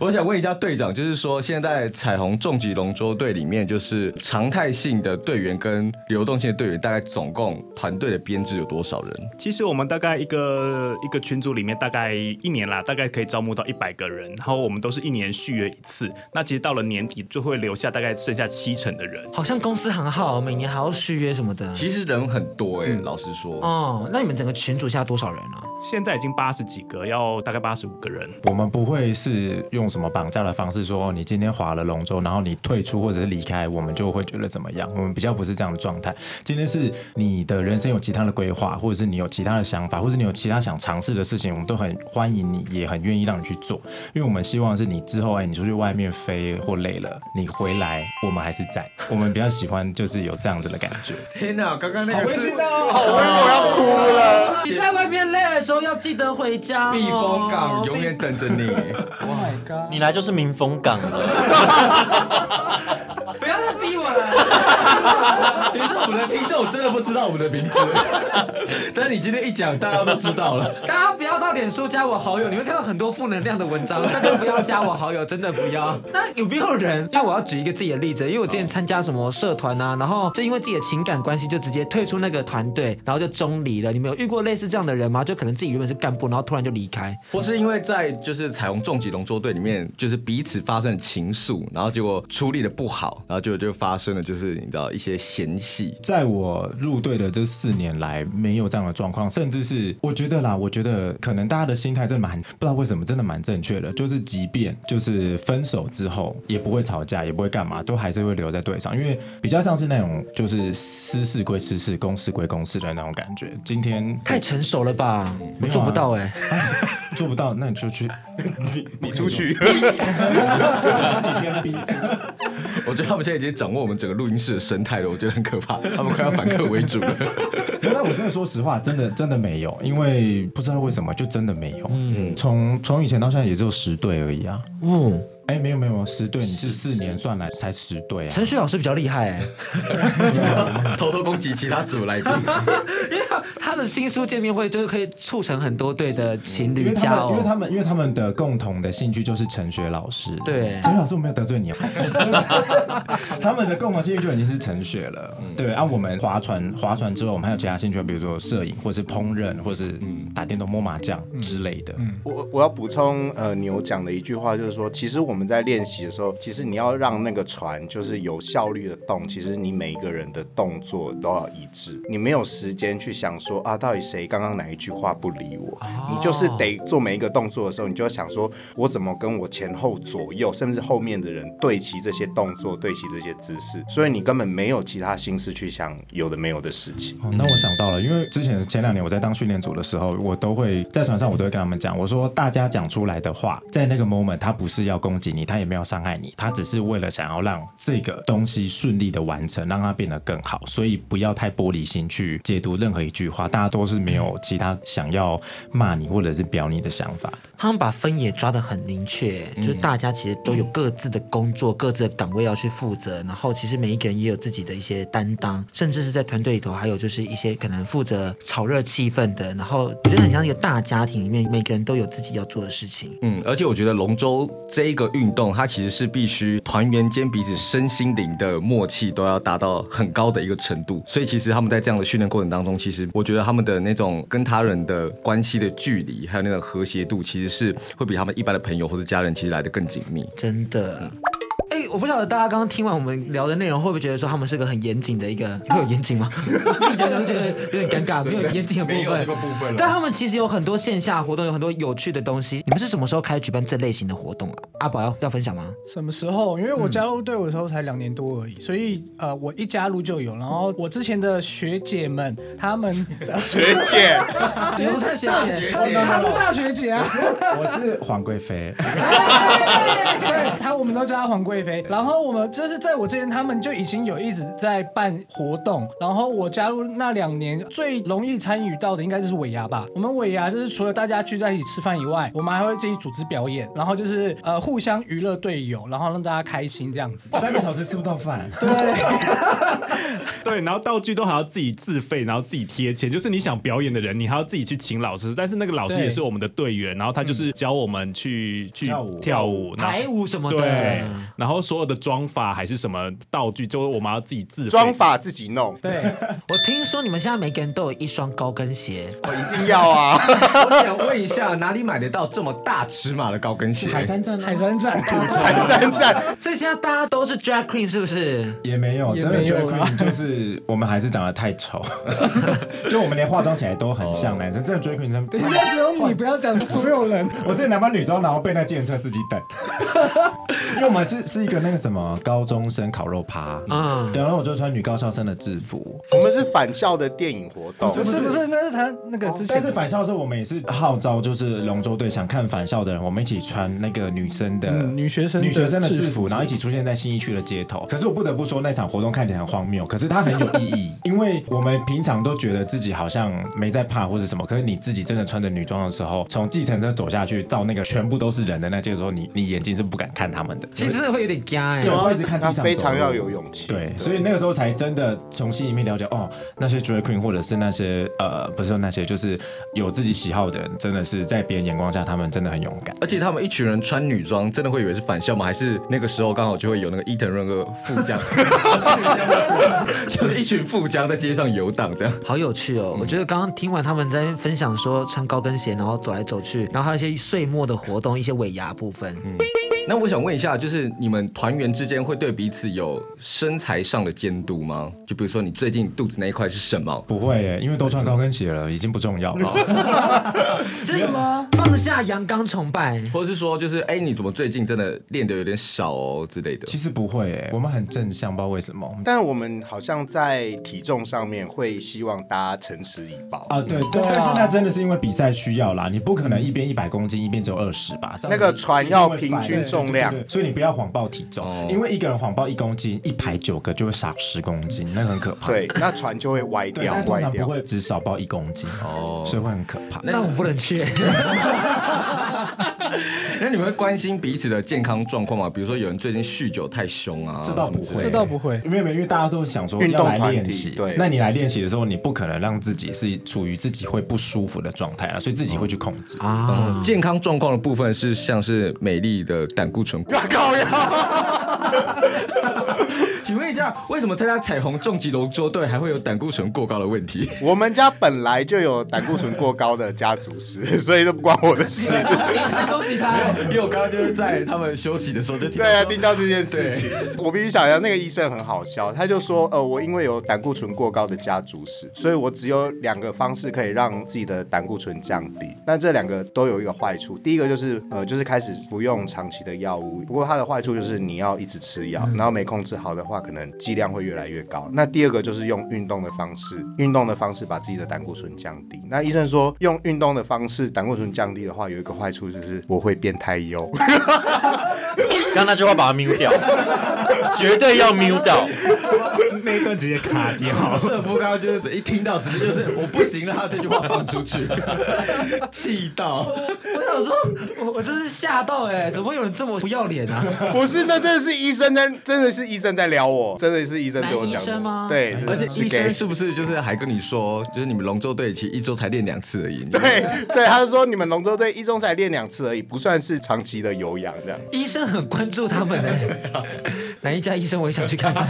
Speaker 4: 我想问一下队长，就是说现在彩虹重疾龙舟队里面，就是常态性的队员跟流动性的队员，大概总共团队的编制有多少人？
Speaker 8: 其实我们大概一个一个群组里面，大概一年啦，大概可以招募到一百个人，然后我们都是一年续约一次。那其实到了年底就会留下大概剩下七成的人。
Speaker 2: 好像公司很好，每年还要续约什么的。嗯
Speaker 4: 其实人很多哎、老实说，
Speaker 2: 哦，那你们整个群组下多少人啊？
Speaker 8: 现在已经八十几个，要大概八十五个人。
Speaker 5: 我们不会是用什么绑架的方式说，哦你今天划了龙舟，然后你退出或者是离开，我们就会觉得怎么样？我们比较不是这样的状态。今天是你的人生有其他的规划，或者是你有其他的想法，或者是你有其他想尝试的事情，我们都很欢迎你，也很愿意让你去做，因为我们希望是你之后，哎，你出去外面飞或累了，你回来，我们还是在。我们比较喜欢就是有这样子的感觉。
Speaker 4: 天哪，刚刚那个是
Speaker 6: 啊哦
Speaker 4: 哦
Speaker 2: 你在外面累的时候要记得回家、哦。
Speaker 4: 避风 港，永远等 着你。
Speaker 1: ，Oh my god！
Speaker 9: 你来就是民风港了。
Speaker 2: 不要再逼我了。
Speaker 7: 其实我们的 听众真的不知道我们的名字，但你今天一讲，大家都知道了。
Speaker 2: 大家不要到脸书加我好友，你会看到很多负能量的文 章。大家不要加我好友，真的不要。那有没有人？因为我要举一个自己的例子，因为我之前参加什么社团啊，然后就因为自己的情感关系，就直接退出那个团队，然后就中离了。你们有遇过类似这样的人吗？就可能自己原本是干部，然后突然就离开。
Speaker 4: 或是因为在就是彩虹重疾龙舟队里面，就是彼此发生了情愫，然后结果处理的不好，然后结果就发生了就是你知道一些嫌隙。
Speaker 5: 在我入队的这四年来，没有这样的状况，甚至是我觉得啦，我觉得可能大家的心态真的蛮，不知道为什么真的蛮正确的，就是即便就是分手之后，也不会吵架，也不会干嘛，都还是会留在队上，因为比较像是那种就是私事归私事，公事归公事的那种感觉。今天
Speaker 2: 太成熟了吧，我
Speaker 5: 没有啊
Speaker 2: 做不到哎、
Speaker 5: 做不到，那欸 你就去
Speaker 6: 你出 去。
Speaker 5: 自己先逼住。
Speaker 4: 我觉得他们现在已经掌握我们整个录音室的生态了，我觉得很可怕，他们快要反客为主了。
Speaker 5: 那我真的说实话，真的真的没有，因为不知道为什么就真的没有。嗯，从从以前到现在也只有十队而已啊。
Speaker 7: 哦
Speaker 2: 嗯，
Speaker 5: 哎，没有没有，十队你是四年算来才十队啊。
Speaker 2: 陈旭老师比较厉害哎、
Speaker 4: 偷偷攻击其他组 来宾，
Speaker 2: 他的新书见面会就是可以促成很多对的情
Speaker 5: 因为
Speaker 2: 侣
Speaker 5: 他
Speaker 2: 加
Speaker 5: 们，因为
Speaker 2: 哦。
Speaker 5: 他们，因为他们的共同的兴趣就是陈雪老师。
Speaker 2: 对
Speaker 5: 陈雪老师我没有得罪你哦。 他们的共同兴趣就已经是陈雪了。
Speaker 2: 嗯
Speaker 5: 对，啊，我们划船，划船之后，我们还有其他兴趣，比如说摄影，或是烹饪，或是
Speaker 2: 嗯
Speaker 5: 打电动、摸麻将之类的。
Speaker 6: 我我要补充呃牛讲的一句话，就是说，其实我们在练习的时候，其实你要让那个船就是有效率的动，其实你每一个人的动作都要一致，你没有时间去想说啊，到底谁刚刚哪一句话不理我，
Speaker 1: 啊
Speaker 6: 你就是得做每一个动作的时候，你就要想说啊我怎么跟我前后左右，甚至后面的人对齐这些动作，对齐这些姿势，所以你根本没有其他心思去想有的没有的事情。
Speaker 5: 哦，那我想到了，因为之前前两年我在当训练组的时候，我都会在船上，我都会跟他们讲，我说大家讲出来的话，在那个 moment，他不是要攻击你，他也没有伤害你，他只是为了想要让这个东西顺利的完成，让它变得更好，所以不要太玻璃心去解读任何一句句话，大家都是没有其他想要骂你或者是表你的想法。
Speaker 2: 他们把分野抓得很明确，就是大家其实都有各自的工作、各自的岗位要去负责，然后其实每一个人也有自己的一些担当，甚至是在团队里头还有就是一些可能负责炒热气氛的，然后我觉得很像一个大家庭里面，每个人都有自己要做的事情。
Speaker 4: 嗯，而且我觉得龙舟这一个运动，它其实是必须团员间彼此身心灵的默契都要达到很高的一个程度，所以其实他们在这样的训练过程当中，其实我觉得他们的那种跟他人的关系的距离，还有那种和谐度，其实是会比他们一般的朋友或者家人其实来的更紧密。
Speaker 2: 真的。 哎、我不晓得大家刚刚听完我们聊的内容，会不会觉得说他们是个很严谨的一个，会有严谨吗？ 自己讲讲就觉得有点尴尬，没有严谨的部分。但他们其实有很多线下活动，有很多有趣的东西。你们是什么时候开始举办这类型的活动啊？阿宝要要分享吗？
Speaker 1: 什么时候？因为
Speaker 6: 嗯
Speaker 1: 我加入队伍的时候才两年多而已，所以呃，我一加入就有。然后我之前的学姐们，她们
Speaker 6: 学 姐，
Speaker 2: 你不是学姐，
Speaker 1: 她她是大学姐 啊，
Speaker 5: 我是皇贵妃，
Speaker 1: 对，她我们都叫她皇贵妃。然后我们就是在我之前，他们就已经有一直在办活动。然后我加入那两年，最容易参与到的应该就是尾牙吧。我们尾牙就是除了大家聚在一起吃饭以外，我们还会自己组织表演，然后就是呃互相娱乐队友，然后让大家开心这样子。
Speaker 5: 三个小时吃不到饭。
Speaker 8: 对，然后道具都还要自己自费，然后自己贴钱。就是你想表演的人，你还要自己去请老师，但是那个老师
Speaker 1: 对
Speaker 8: 也是我们的队员，然后他就是教我们去去
Speaker 5: 跳舞
Speaker 8: 跳舞，然后
Speaker 2: 排舞什么的。
Speaker 8: 对，然后所有的妆法还是什么道具，就是我们要自己自费
Speaker 6: 妆法自己弄，
Speaker 1: 对，
Speaker 2: 我听说你们现在每个人都有一双高跟 鞋，
Speaker 6: 我一定要啊！
Speaker 7: 我想问一下，哪里买得到这么大尺码的高跟鞋？
Speaker 5: 海山站
Speaker 1: 海山站，
Speaker 6: 寒山站，
Speaker 2: 所以现在大家都是 drag queen 是不是？
Speaker 5: 也没有，
Speaker 1: 也
Speaker 5: 真的
Speaker 1: 没有
Speaker 5: drag
Speaker 1: 啦
Speaker 5: queen 就是我们还是长得太丑， 就我们连化妆起来都很像男生。真的 drag queen 真的
Speaker 1: 哦等一下只有你，不要讲所有人。
Speaker 5: 我自己男扮女装，然后被那健车司机 等，因为我们是是一个那个什么高中生烤肉趴，
Speaker 2: 嗯
Speaker 5: 嗯，对，然后我就穿女高校生的制服，
Speaker 6: 我们是返校的电影活动，
Speaker 1: 不是不是，那是他那个之前
Speaker 5: 但是返校的时候，我们也是号召，就是龙舟队想看返校的人，我们一起穿那个女生的、
Speaker 1: 嗯女学生的
Speaker 5: 女学生的
Speaker 1: 制
Speaker 5: 制
Speaker 1: 服
Speaker 5: 服，然后一起出现在新一区的街头。可是我不得不说，那场活动看起来很荒谬，可是它很有意义，因为我们平常都觉得自己好像没在怕或者什么，可是你自己真的穿着女装的时候，从计程车走下去到那个全部都是人的那街的时候，你你眼睛是不敢看他们的，
Speaker 2: 其实真的会有点尬哎、
Speaker 5: 对，我会一直看地
Speaker 6: 他
Speaker 5: 上走路
Speaker 6: 非常要有勇气。
Speaker 5: 对，所以那个时候才真的从心里面了解，哦，那些 drag queen 或者是那些呃，不是那些，就是有自己喜好的人，真的是在别人眼光下，他们真的很勇敢。
Speaker 4: 而且他们一群人穿女装，真的会以为是返校吗？还是那个时候刚好就会有那个伊藤润二副将，就是一群富将在街上游荡这样。
Speaker 2: 好有趣哦！我觉得刚刚听完他们在那边分享说穿高跟鞋，然后走来走去，然后还有一些岁末的活动，一些尾牙部分。
Speaker 4: 那我想问一下，就是你们团员之间会对彼此有身材上的监督吗？就比如说你最近肚子那一块是什么？
Speaker 5: 不会耶，因为都穿高跟鞋了，已经不重要了。
Speaker 2: 就是放下阳刚崇拜，
Speaker 4: 或者是说，就是哎、你怎么最近真的练得有点少哦之类的？
Speaker 5: 其实不会耶，我们很正向，不知道为什么。
Speaker 6: 但我们好像在体重上面会希望大家诚实以报
Speaker 5: 啊，对，对但是那真的是因为比赛需要啦，你不可能一边一百公斤，一边只有二十吧？这样
Speaker 6: 那个
Speaker 5: 子
Speaker 6: 船
Speaker 5: 一定会
Speaker 6: 要
Speaker 5: 翻
Speaker 6: 平均重量
Speaker 5: 对对对对所以你不要谎报体重，因为一个人谎报一公斤，一排九个就会少十公斤，那很可怕。
Speaker 6: 对，那船就会歪
Speaker 5: 对，
Speaker 6: 掉
Speaker 5: 但，通
Speaker 6: 歪
Speaker 5: 常不
Speaker 6: 掉。
Speaker 5: 会只少报一公斤哦，所以会很可怕。
Speaker 2: 那我不能去。
Speaker 4: 那你们会关心彼此的健康状况吗？比如说有人最近酗酒太凶啊？
Speaker 5: 这倒不
Speaker 4: 什么之
Speaker 5: 会，
Speaker 4: 类
Speaker 1: 这
Speaker 4: 的
Speaker 1: 倒不会
Speaker 5: 因为因为大家都想说
Speaker 6: 运动
Speaker 5: 要来
Speaker 6: 团
Speaker 5: 练
Speaker 6: 体
Speaker 5: 习，
Speaker 6: 对
Speaker 5: 那你来练习的时候，你不可能让自己是处于自己会不舒服的状态了，所以自己会去控制。
Speaker 7: 啊
Speaker 4: 嗯健康状况的部分是像是美丽的胆固醇。
Speaker 6: 高呀！
Speaker 4: 请问一下，为什么参加彩虹重疾龙舟队还会有胆固醇过高的问 题？
Speaker 6: 我们家本来就有胆固醇过高的家族史， 所以都不关我的事。
Speaker 2: 恭喜他！
Speaker 4: 因为我刚刚就是在他们休息的时候就听到
Speaker 6: 对啊，
Speaker 4: 说
Speaker 6: 听到这件事情，我必须想一下，那个医生很好笑，他就说，呃，我因为有胆固醇过高的家族史，所以我只有两个方式可以让自己的胆固醇降低，但这两个都有一个坏处，第一个就是，呃，就是开始服用长期的药物，不过它的坏处就是你要一直吃药，
Speaker 4: 嗯
Speaker 6: 然后没控制好的话，可能剂量会越来越高。那第二个就是用运动的方式，运动的方式把自己的胆固醇降低。那医生说，用运动的方式胆固醇降低的话，有一个坏处就是我会变太油。
Speaker 9: 刚刚那句话把它 mute 掉，绝对要 mute 掉。
Speaker 5: 那一段直接卡掉。
Speaker 7: 社夫刚刚就是一听到，直接就是我不行了，他这句话放出 去，气到。
Speaker 2: 我想说，我我真是吓到哎、怎么会有人这么不要脸啊？
Speaker 6: 不是，那真的是医生在，真的是医生在撩我，真的是医生对我
Speaker 2: 男医
Speaker 6: 讲的。
Speaker 2: 生吗
Speaker 6: 对，
Speaker 4: 而且
Speaker 6: 是
Speaker 4: 医
Speaker 6: gay
Speaker 4: 生是不是就是还跟你说，就是你们龙舟队其实一周才练两次而已？
Speaker 6: 对对，他就说你们龙舟队一中才练两次而已，不算是长期的有氧这样。
Speaker 2: 医生很关注他 们哎、哪一家医生我也想去看 看。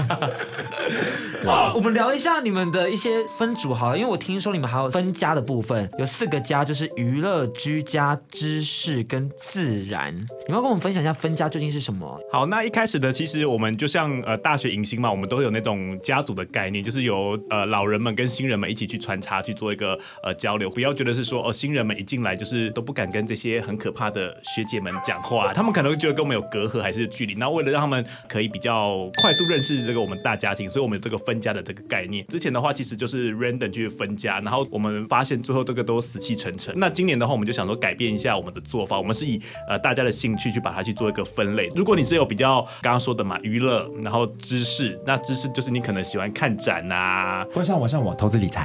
Speaker 2: 哦我们聊一下你们的一些分组好了，因为我听说你们还有分家的部分，有四个家，就是娱乐、居家、知识跟自然。你们要跟我们分享一下分家究竟是什么？
Speaker 8: 好，那一开始呢，其实我们就像呃大学迎新嘛，我们都有那种家族的概念，就是由呃老人们跟新人们一起去穿插去做一个呃交流，不要觉得是说哦新人们一进来就是都不敢跟这些很可怕的学姐们讲话，他们可能会觉得跟我们有隔阂还是距离。那为了让他们可以比较快速认识这个我们大家庭，所以我们有这个分家的这个概念。之前的话其实就是 random 去分家，然后我们发现最后这个都死气沉沉。那今年的话，我们就想说改变一下我们的做法，我们是以呃大家的兴趣去把它去做一个分类。如果你是有比较刚刚说的嘛，娱乐，然后知识，那知识就是你可能喜欢看展啊
Speaker 5: 或像我像我投资理财，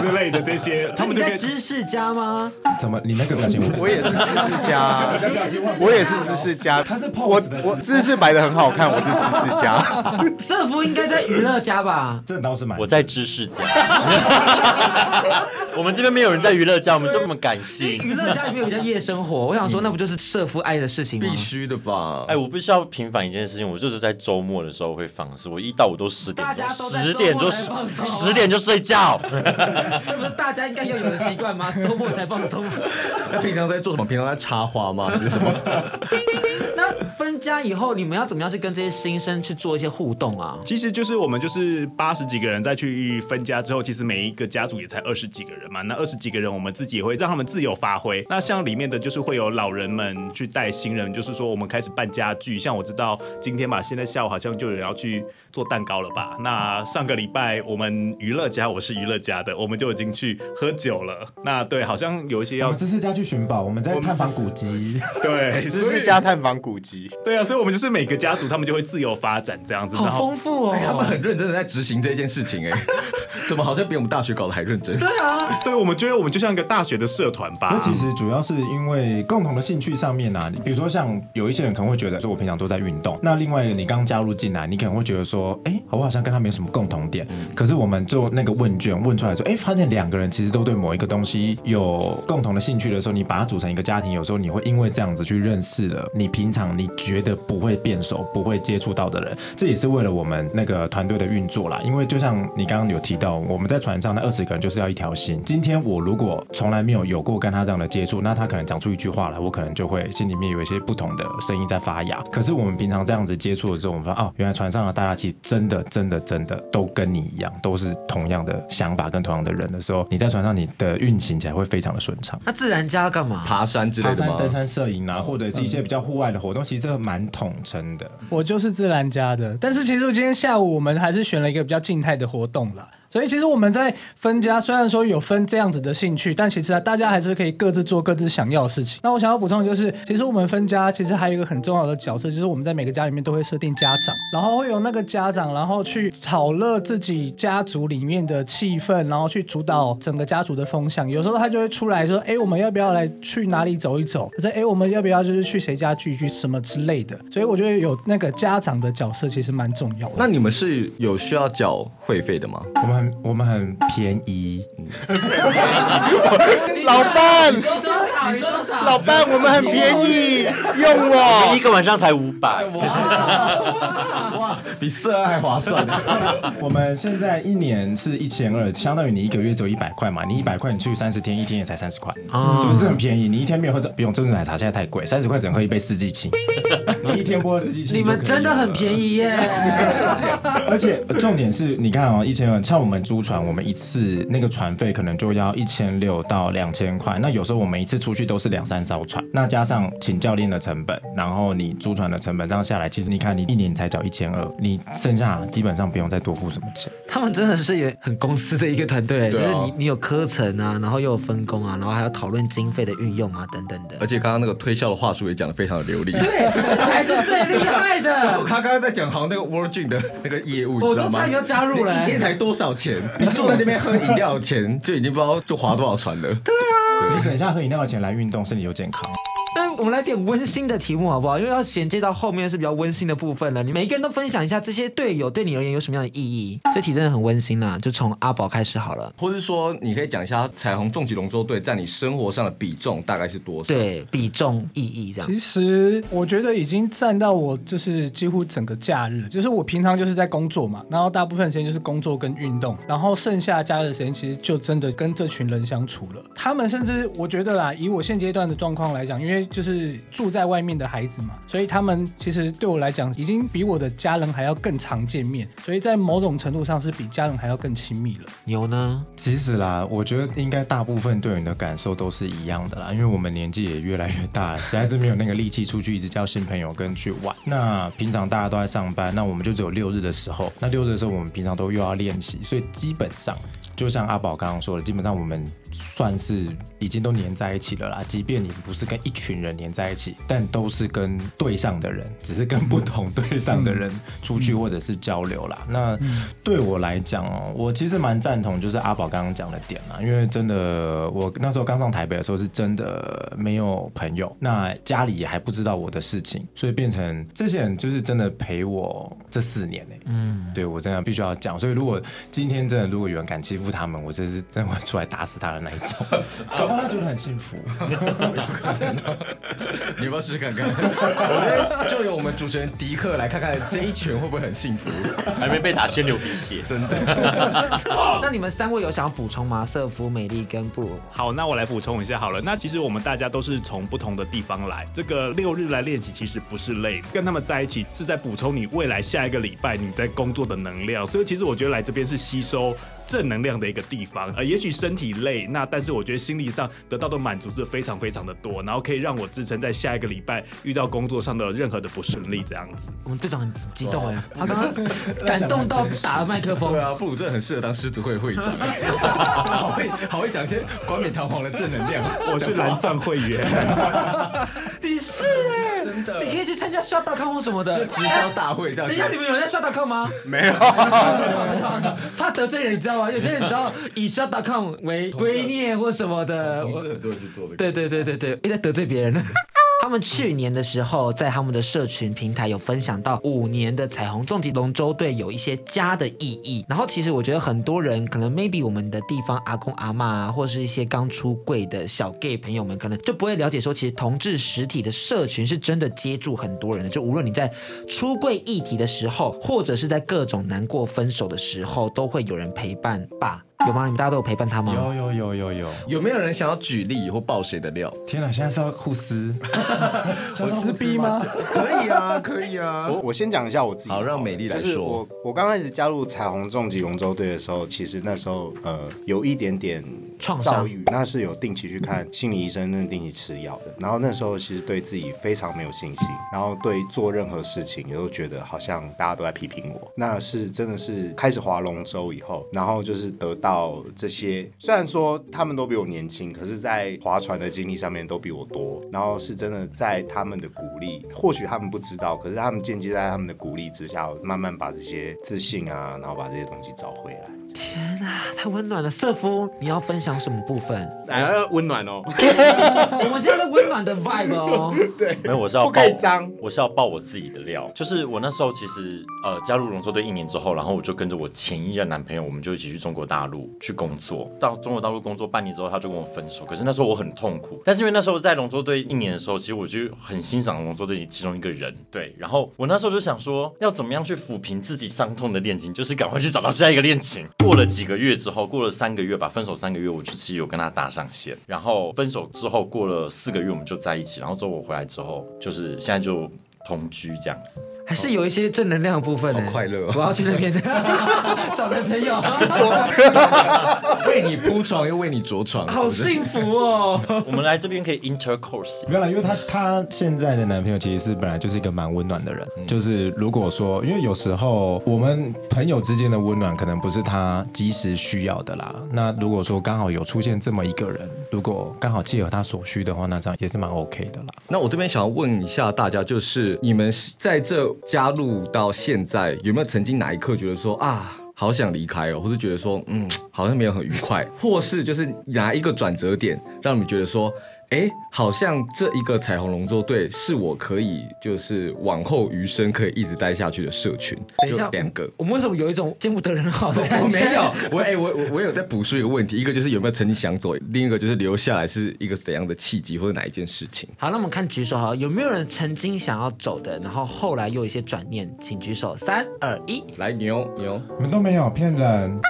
Speaker 8: 之类的这些，他
Speaker 2: 他
Speaker 8: 们
Speaker 2: 们
Speaker 8: 就可
Speaker 2: 在
Speaker 8: 以。
Speaker 2: 知识家吗？
Speaker 5: 怎么你那个表情我
Speaker 6: 我也是知识家，我也是知识家，
Speaker 5: 他是 pose
Speaker 6: 我
Speaker 5: 的
Speaker 6: 我姿势摆的很好看，我是知 识家。
Speaker 2: 瑟夫应该在娱乐家吧？
Speaker 5: 这倒是蛮
Speaker 9: 我在知识家， 我们这边没有人在娱乐家，我们这么感性。
Speaker 2: 娱乐家里面有叫夜生活，我想说那不就是 瑟夫爱的事情吗？
Speaker 4: 必须的吧？
Speaker 9: 哎，我必须要平反一件事情，我就是在周末的时候会放肆，我一到五都十点
Speaker 2: 大家
Speaker 9: 多，
Speaker 2: 都在
Speaker 9: 十点就
Speaker 2: 周末才放松啊
Speaker 9: 十点就睡 觉。
Speaker 2: 这不是大家应该要有的习惯吗？周末才放 松。
Speaker 4: 那平常在做什么？平常在插花吗？还是什 么？
Speaker 2: 那分家以后，你们要怎么样去跟这些新生去做一些互动啊？
Speaker 8: 其实就是我们就是八十几个人再去呃分家之后，其实每一个家族也才二十几个人嘛。那二十几个人，我们自己也会让他们自由发挥。那像里面的就是会有老人们去带新人，就是说我们开始办家具。像我知道今天吧，现在下午好像就有人要去做蛋糕了吧？那上个礼拜我们娱乐家，我是娱乐家的，我们就已经去喝酒了。那对，好像有一些
Speaker 5: 我
Speaker 8: 要
Speaker 5: 们知识家去寻宝，我们在探访古迹。
Speaker 8: 对
Speaker 6: 知识家探访古籍，
Speaker 8: 对啊，所以我们就是每个家族他们就会自由发展这样子，然
Speaker 2: 好
Speaker 8: 后
Speaker 2: 丰富
Speaker 4: 哎他们
Speaker 2: 哦！
Speaker 4: 很认真的在执行这件事情、哎， 怎么好像比我们大学搞得还认真？
Speaker 8: 对啊我们觉得我们就像一个大学的社团吧
Speaker 5: 那。其实主要是因为共同的兴趣上面啊，你比如说像有一些人可能会觉得说，我平常都在运动。那另外一个你刚加入进来，你可能会觉得说，哎、我好像跟他没有什么共同点。可是我们做那个问卷问出来说，哎、发现两个人其实都对某一个东西有共同的兴趣的时候，你把它组成一个家庭，有时候你会因为这样子去认识了你平常你觉得不会变熟、不会接触到的人。这也是为了我们那个团队的运作啦。因为就像你刚刚有提到，我们在船上那二十个人就是要一条心。今天我如果从来没有有过跟他这样的接触，那他可能讲出一句话来，我可能就会心里面有一些不同的声音在发芽。可是我们平常这样子接触的时候，我们发现哦，原来船上的大家其实真的、真的、真的都跟你一样，都是同样的想法跟同样的人的时候，你在船上你的运行起来会非常的顺畅。
Speaker 2: 那自然家要干嘛？
Speaker 4: 爬山之类
Speaker 5: 爬
Speaker 4: 的
Speaker 5: 山
Speaker 4: 吗、？
Speaker 5: 登山、摄影啊，或者是一些比较户外的活动，其实这个蛮统称的。
Speaker 1: 我就是自然家的，但是其实今天下午我们还是选了一个比较静态的活动啦。所以其实我们在分家，虽然说有分这样子的兴趣，但其实啊，大家还是可以各自做各自想要的事情。那我想要补充的就是，其实我们分家其实还有一个很重要的角色，就是我们在每个家里面都会设定家长，然后会有那个家长，然后去炒热自己家族里面的气氛，然后去主导整个家族的风向。有时候他就会出来说，哎，我们要不要来去哪里走一走？或者哎，我们要不要就是去谁家聚一聚什么之类的？所以我觉得有那个家长的角色其实蛮重要的。
Speaker 4: 那你们是有需要缴会费的吗？
Speaker 5: 我们很我们很便宜，
Speaker 6: 老伴，
Speaker 2: 多少？你说多少？
Speaker 6: 老伴，我们很便宜，用
Speaker 9: 一
Speaker 6: 我。
Speaker 9: 个晚上才五百，
Speaker 4: 哇，比色爱还划算。
Speaker 5: 我们现在一年是一千二，相当于你一个月只有一百块嘛，你一百块你去三十天，一天也才三十块，是不是很便宜？你一天没有喝这，不用珍珠奶茶现在太贵，三十块只能喝一杯四季青，你一天不喝四季青，
Speaker 2: 你们真的很便
Speaker 5: 宜。
Speaker 2: 宜耶！
Speaker 5: 而且呃重点是，你看哦，一千二，像我们租船，我们一次那个船费可能就要一千六到两千块。那有时候我们一次出出去都是两三艘船，那加上请教练的成本，然后你租船的成本，这样下来，其实你看你一年才缴一千二，你剩下基本上不用再多付什么钱。
Speaker 2: 他们真的是也很公司的一个团队，就
Speaker 4: 对啊
Speaker 2: 是你你有课程啊，然后又有分工啊，然后还要讨论经费的运用啊等等的
Speaker 4: 而。且刚刚那个推销的话术也讲得非常的流利。
Speaker 2: 才是最厉害
Speaker 7: 我
Speaker 2: 的，
Speaker 7: 刚刚在讲好像那个 Virgin 的那个业务，
Speaker 2: 我
Speaker 7: 你知
Speaker 2: 都
Speaker 7: 道吗
Speaker 2: 差？点要加入了、
Speaker 7: 你一天才多少钱？你坐在那边喝饮料钱就已经不知道就划多少船 了。
Speaker 2: 啊
Speaker 5: 你省下喝饮料的钱来运动，身体又健康。
Speaker 2: 那我们来点温馨的题目好不好？因为要衔接到后面是比较温馨的部分了。你每一个人都分享一下这些队友对你而言有什么样的意义？这题真的很温馨啦，就从阿宝开始好了。
Speaker 4: 或是说，你可以讲一下彩虹重疾龙舟队在你生活上的比重大概是多少？
Speaker 2: 对，比重意义这样。
Speaker 1: 其实我觉得已经占到我就是几乎整个假日，就是我平常就是在工作嘛，然后大部分时间就是工作跟运动，然后剩下假日的时间其实就真的跟这群人相处了。他们甚至我觉得啦，以我现阶段的状况来讲，因为就是住在外面的孩子嘛，所以他们其实对我来讲已经比我的家人还要更常见面，所以在某种程度上是比家人还要更亲密了。
Speaker 2: 牛呢？
Speaker 5: 其实啦，我觉得应该大部分队员的感受都是一样的啦，因为我们年纪也越来越大，实在是没有那个力气出去一直交新朋友跟去玩。那平常大家都在上班，那我们就只有六日的时候，那六日的时候我们平常都又要练习，所以基本上就像阿宝刚刚说的，基本上我们算是已经都黏在一起了啦。即便你不是跟一群人黏在一起，但都是跟队上的人，只是跟不同队上的人出去或者是交流啦。那对我来讲哦，我其实蛮赞同就是阿宝刚刚讲的点啦，因为真的我那时候刚上台北的时候是真的没有朋友，那家里也还不知道我的事情，所以变成这些人就是真的陪我这四年呢、嗯，对我真的必须要讲，所以如果今天真的如果有人敢欺负他们，我真是真的会出来打死他的那一 种，搞不好他觉得很幸福。
Speaker 7: 你要不要试试看看？我觉得就由我们主持人迪克来看看这一拳会不会很幸福。
Speaker 9: 还没被打先流鼻血，真的。
Speaker 2: 那你们三位有想要补充吗？瑟夫、美丽跟布鲁。
Speaker 8: 好，那我来补充一下好了。那其实我们大家都是从不同的地方来，这个六日来练习其实不是累，跟他们在一起是在补充你未来下一个礼拜你在工作的能量。所以其实我觉得来这边是吸收正能量的一个地方。呃，也许身体累，那但是我觉得心理上得到的满足是非常非常的多，然后可以让我支撑在下一个礼拜遇到工作上的任何的不顺利这样子。
Speaker 2: 我们队长很激动哎，他刚刚感动到打了麦克风
Speaker 7: 对。啊，布鲁真的很适合当狮子会会长， 好会好会讲一些冠冕堂皇的正能量。
Speaker 8: 我是蓝钻会员。
Speaker 2: 你是哎，真的，你可以去参加刷大康或什么的
Speaker 7: 直销大会这样
Speaker 2: 等一
Speaker 7: 子
Speaker 2: 下，你们有人在刷 .com 吗？没有，怕得罪人，你知道吗？有些人你知道以刷 .com 为圭臬或什么的，
Speaker 7: 同
Speaker 2: 我
Speaker 7: 事很多人去做这个。
Speaker 2: 对对对对对，一直在得罪别人。他们去年的时候，在他们的社群平台有分享到五年的彩虹重疾龙舟队有一些家的意义。然后其实我觉得很多人可能 maybe 我们的地方阿公阿嬷啊，或是一些刚出柜的小 gay 朋友们，可能就不会了解说，其实同志实体的社群是真的接住很多人的。就无论你在出柜议题的时候，或者是在各种难过分手的时候，都会有人陪伴吧。有吗？你们大家都有陪伴他吗？啊
Speaker 5: 有有有有有，
Speaker 7: 有没有人想要举例或爆谁的料？
Speaker 5: 天哪，现在是要互 撕，我撕逼吗？
Speaker 7: 可以啊，可以啊。
Speaker 6: 我我先讲一下我自己的
Speaker 7: 好
Speaker 6: 了，
Speaker 7: 让美丽来
Speaker 6: 就是
Speaker 7: 说
Speaker 6: 我我刚开始加入彩虹重疾龙舟队的时候，其实那时候呃有一点点
Speaker 2: 创伤
Speaker 6: 遭遇，那是有定期去看心理医生，那定期吃药的。然后那时候其实对自己非常没有信心，然后对做任何事情也都觉得好像大家都在批评我。那是真的是开始划龙舟以后，然后就是得到这些，虽然说他们都比我年轻，可是，在划船的经历上面都比我多。然后是真的在他们的鼓励，或许他们不知道，可是他们间接在他们的鼓励之下，慢慢把这些自信啊，然后把这些东西找回来。
Speaker 2: 太温暖了，瑟夫，你要分享什么部分？
Speaker 6: 哎，温暖哦。
Speaker 2: 我们现在在温暖的 vibe 哦，
Speaker 9: 没有，我是要
Speaker 6: 不可以脏
Speaker 9: 爆我是要爆我自己的料。就是我那时候其实呃加入龙舟队一年之后，然后我就跟着我前一任男朋友，我们就一起去中国大陆去工作。到中国大陆工作半年之后，他就跟我分手。可是那时候我很痛苦，但是因为那时候在龙舟队一年的时候，其实我就很欣赏龙舟队其中一个人。对，然后我那时候就想说，要怎么样去抚平自己伤痛的恋情，就是赶快去找到下一个恋情。过了几个月之后，过了三个月吧，分手三个月，我就其实有跟他搭上线。然后分手之后过了四个月，我们就在一起。然后之后我回来之后，就是现在就同居这样子。
Speaker 2: 还是有一些正能量的部分呢、
Speaker 4: 好快乐哦
Speaker 2: 我要去那 边找男朋友，
Speaker 4: 为你铺床又为你着床，
Speaker 2: 好
Speaker 4: 是不是
Speaker 2: 幸福哦！
Speaker 9: 我们来这边可以 intercourse，
Speaker 5: 没有啦，因为她她现在的男朋友其实是本来就是一个蛮温暖的人，就是如果说，因为有时候我们朋友之间的温暖可能不是她及时需要的啦。那如果说刚好有出现这么一个人，如果刚好契合她所需的话，那这样也是蛮 OK 的啦。
Speaker 4: 那我这边想要问一下大家，就是你们在这加入到现在，有没有曾经哪一刻觉得说啊？好想离开哦，或是觉得说，嗯，好像没有很愉快，或是就是哪一个转折点让你们觉得说，哎，好像这一个彩虹龙舟队是我可以就是往后余生可以一直待下去的社群。
Speaker 2: 等一
Speaker 4: 就
Speaker 2: 下，
Speaker 4: 两个，
Speaker 2: 我们为什么有一种见不得人 好的
Speaker 4: 哦我
Speaker 2: 感觉？
Speaker 4: 没有，我哎、我我我有在补述一个问题，一个就是有没有曾经想走，另一个就是留下来是一个怎样的契机或者哪一件事情。
Speaker 2: 好，那我们看举手好了，有没有人曾经想要走的，然后后来又有一些转念？请举手，三二一。
Speaker 4: 来牛牛，
Speaker 5: 你们都没有骗人，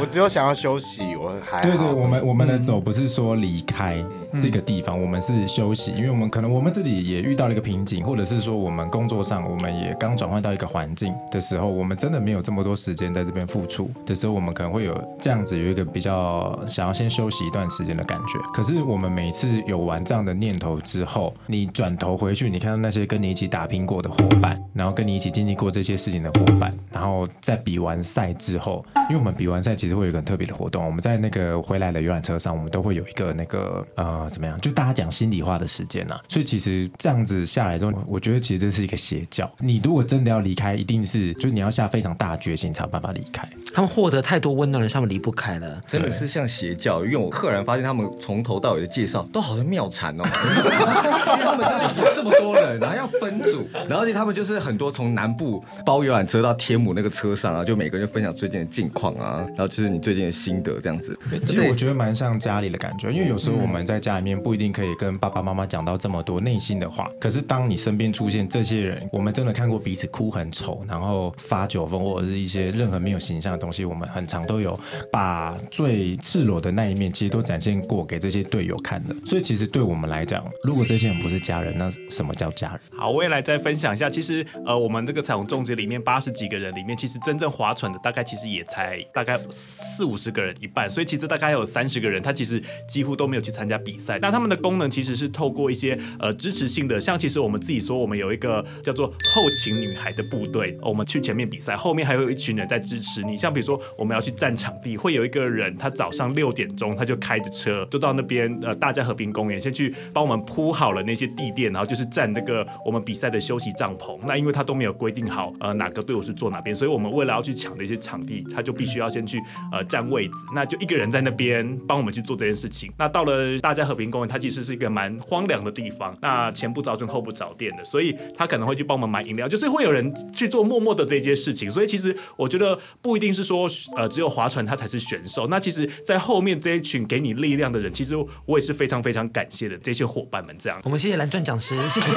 Speaker 6: 我只有想要休息，我还好嗯
Speaker 5: 对对，我们我们的走不是说离开这个地方，我们是休息，因为我们可能我们自己也遇到了一个瓶颈，或者是说我们工作上我们也刚转换到一个环境的时候，我们真的没有这么多时间在这边付出的时候，我们可能会有这样子有一个比较想要先休息一段时间的感觉。可是我们每次有完这样的念头之后，你转头回去，你看到那些跟你一起打拼过的伙伴，然后跟你一起经历过这些事情的伙伴，然后在比完赛之后，因为我们比完赛其实会有一个很特别的活动，我们在那个回来的游览车上，我们都会有一个那个呃怎么样，就大家讲心里话的时间呐、所以其实这样子下来之后，我我觉得其实这是一个邪教。你如果真的要离开，一定是就是你要下非常大的决心才有办法离开。
Speaker 2: 他们获得太多温暖了，所以他们离不开了。
Speaker 4: 真的是像邪教，因为我赫然发现他们从头到尾的介绍都好像妙禅 哦，因为他们到底有这么多人，然后要分组，然后而且他们就是很多从南部包游览车到天母那个车上啊，就每个人就分享最近的近况啊，然后就是你最近的心得这样子。
Speaker 5: 其实我觉得蛮像家里的感觉，因为有时候我们在家里面不
Speaker 4: 嗯
Speaker 5: 一定可以跟爸爸妈妈讲到这么多内心的话，可是当你身边出现这些人，我们真的看过彼此哭很丑，然后发酒疯或者是一些任何没有形象的东西，我们很常都有把最赤裸的那一面，其实都展现过给这些队友看的。所以其实对我们来讲，如果这些人不是家人，那什么叫家人？
Speaker 8: 好，我也来再分享一下。其实，呃，我们这个彩虹众结里面八十几个人里面，其实真正划船的大概其实也才大概四五十个人一半，所以其实大概还有三十个人，他其实几乎都没有去参加比赛。那他们的功能其实是透过一些呃支持性的，像其实我们自己说，我们有一个叫做后勤女孩的部队，我们去前面比赛，后面还有一群人在支持你。像比如说，我们要去站场地，会有一个人他早上六点钟他就开着车就到那边呃大家和平公园，先去帮我们铺好了那些地垫，然后就是站那个我们比赛的休息帐篷。那因为他都没有规定好呃哪个队伍是坐哪边，所以我们为了要去抢的一些场地，他就必须要先去呃占位置。那就一个人在那边帮我们去做这件事情。那到了大家和平公园，它其实是一个蛮荒凉的地方，那前不着村后不着店的，所以他可能会去帮我们买饮料，就是会有人去做默默的这件事情。所以其实我觉得不一定是说呃只有划船他才是选手，那其实在后面这一群给你力量的人，其实我也是非常非常感谢的这些伙伴们这样。
Speaker 2: 我们谢谢蓝钻讲师，谢 谢。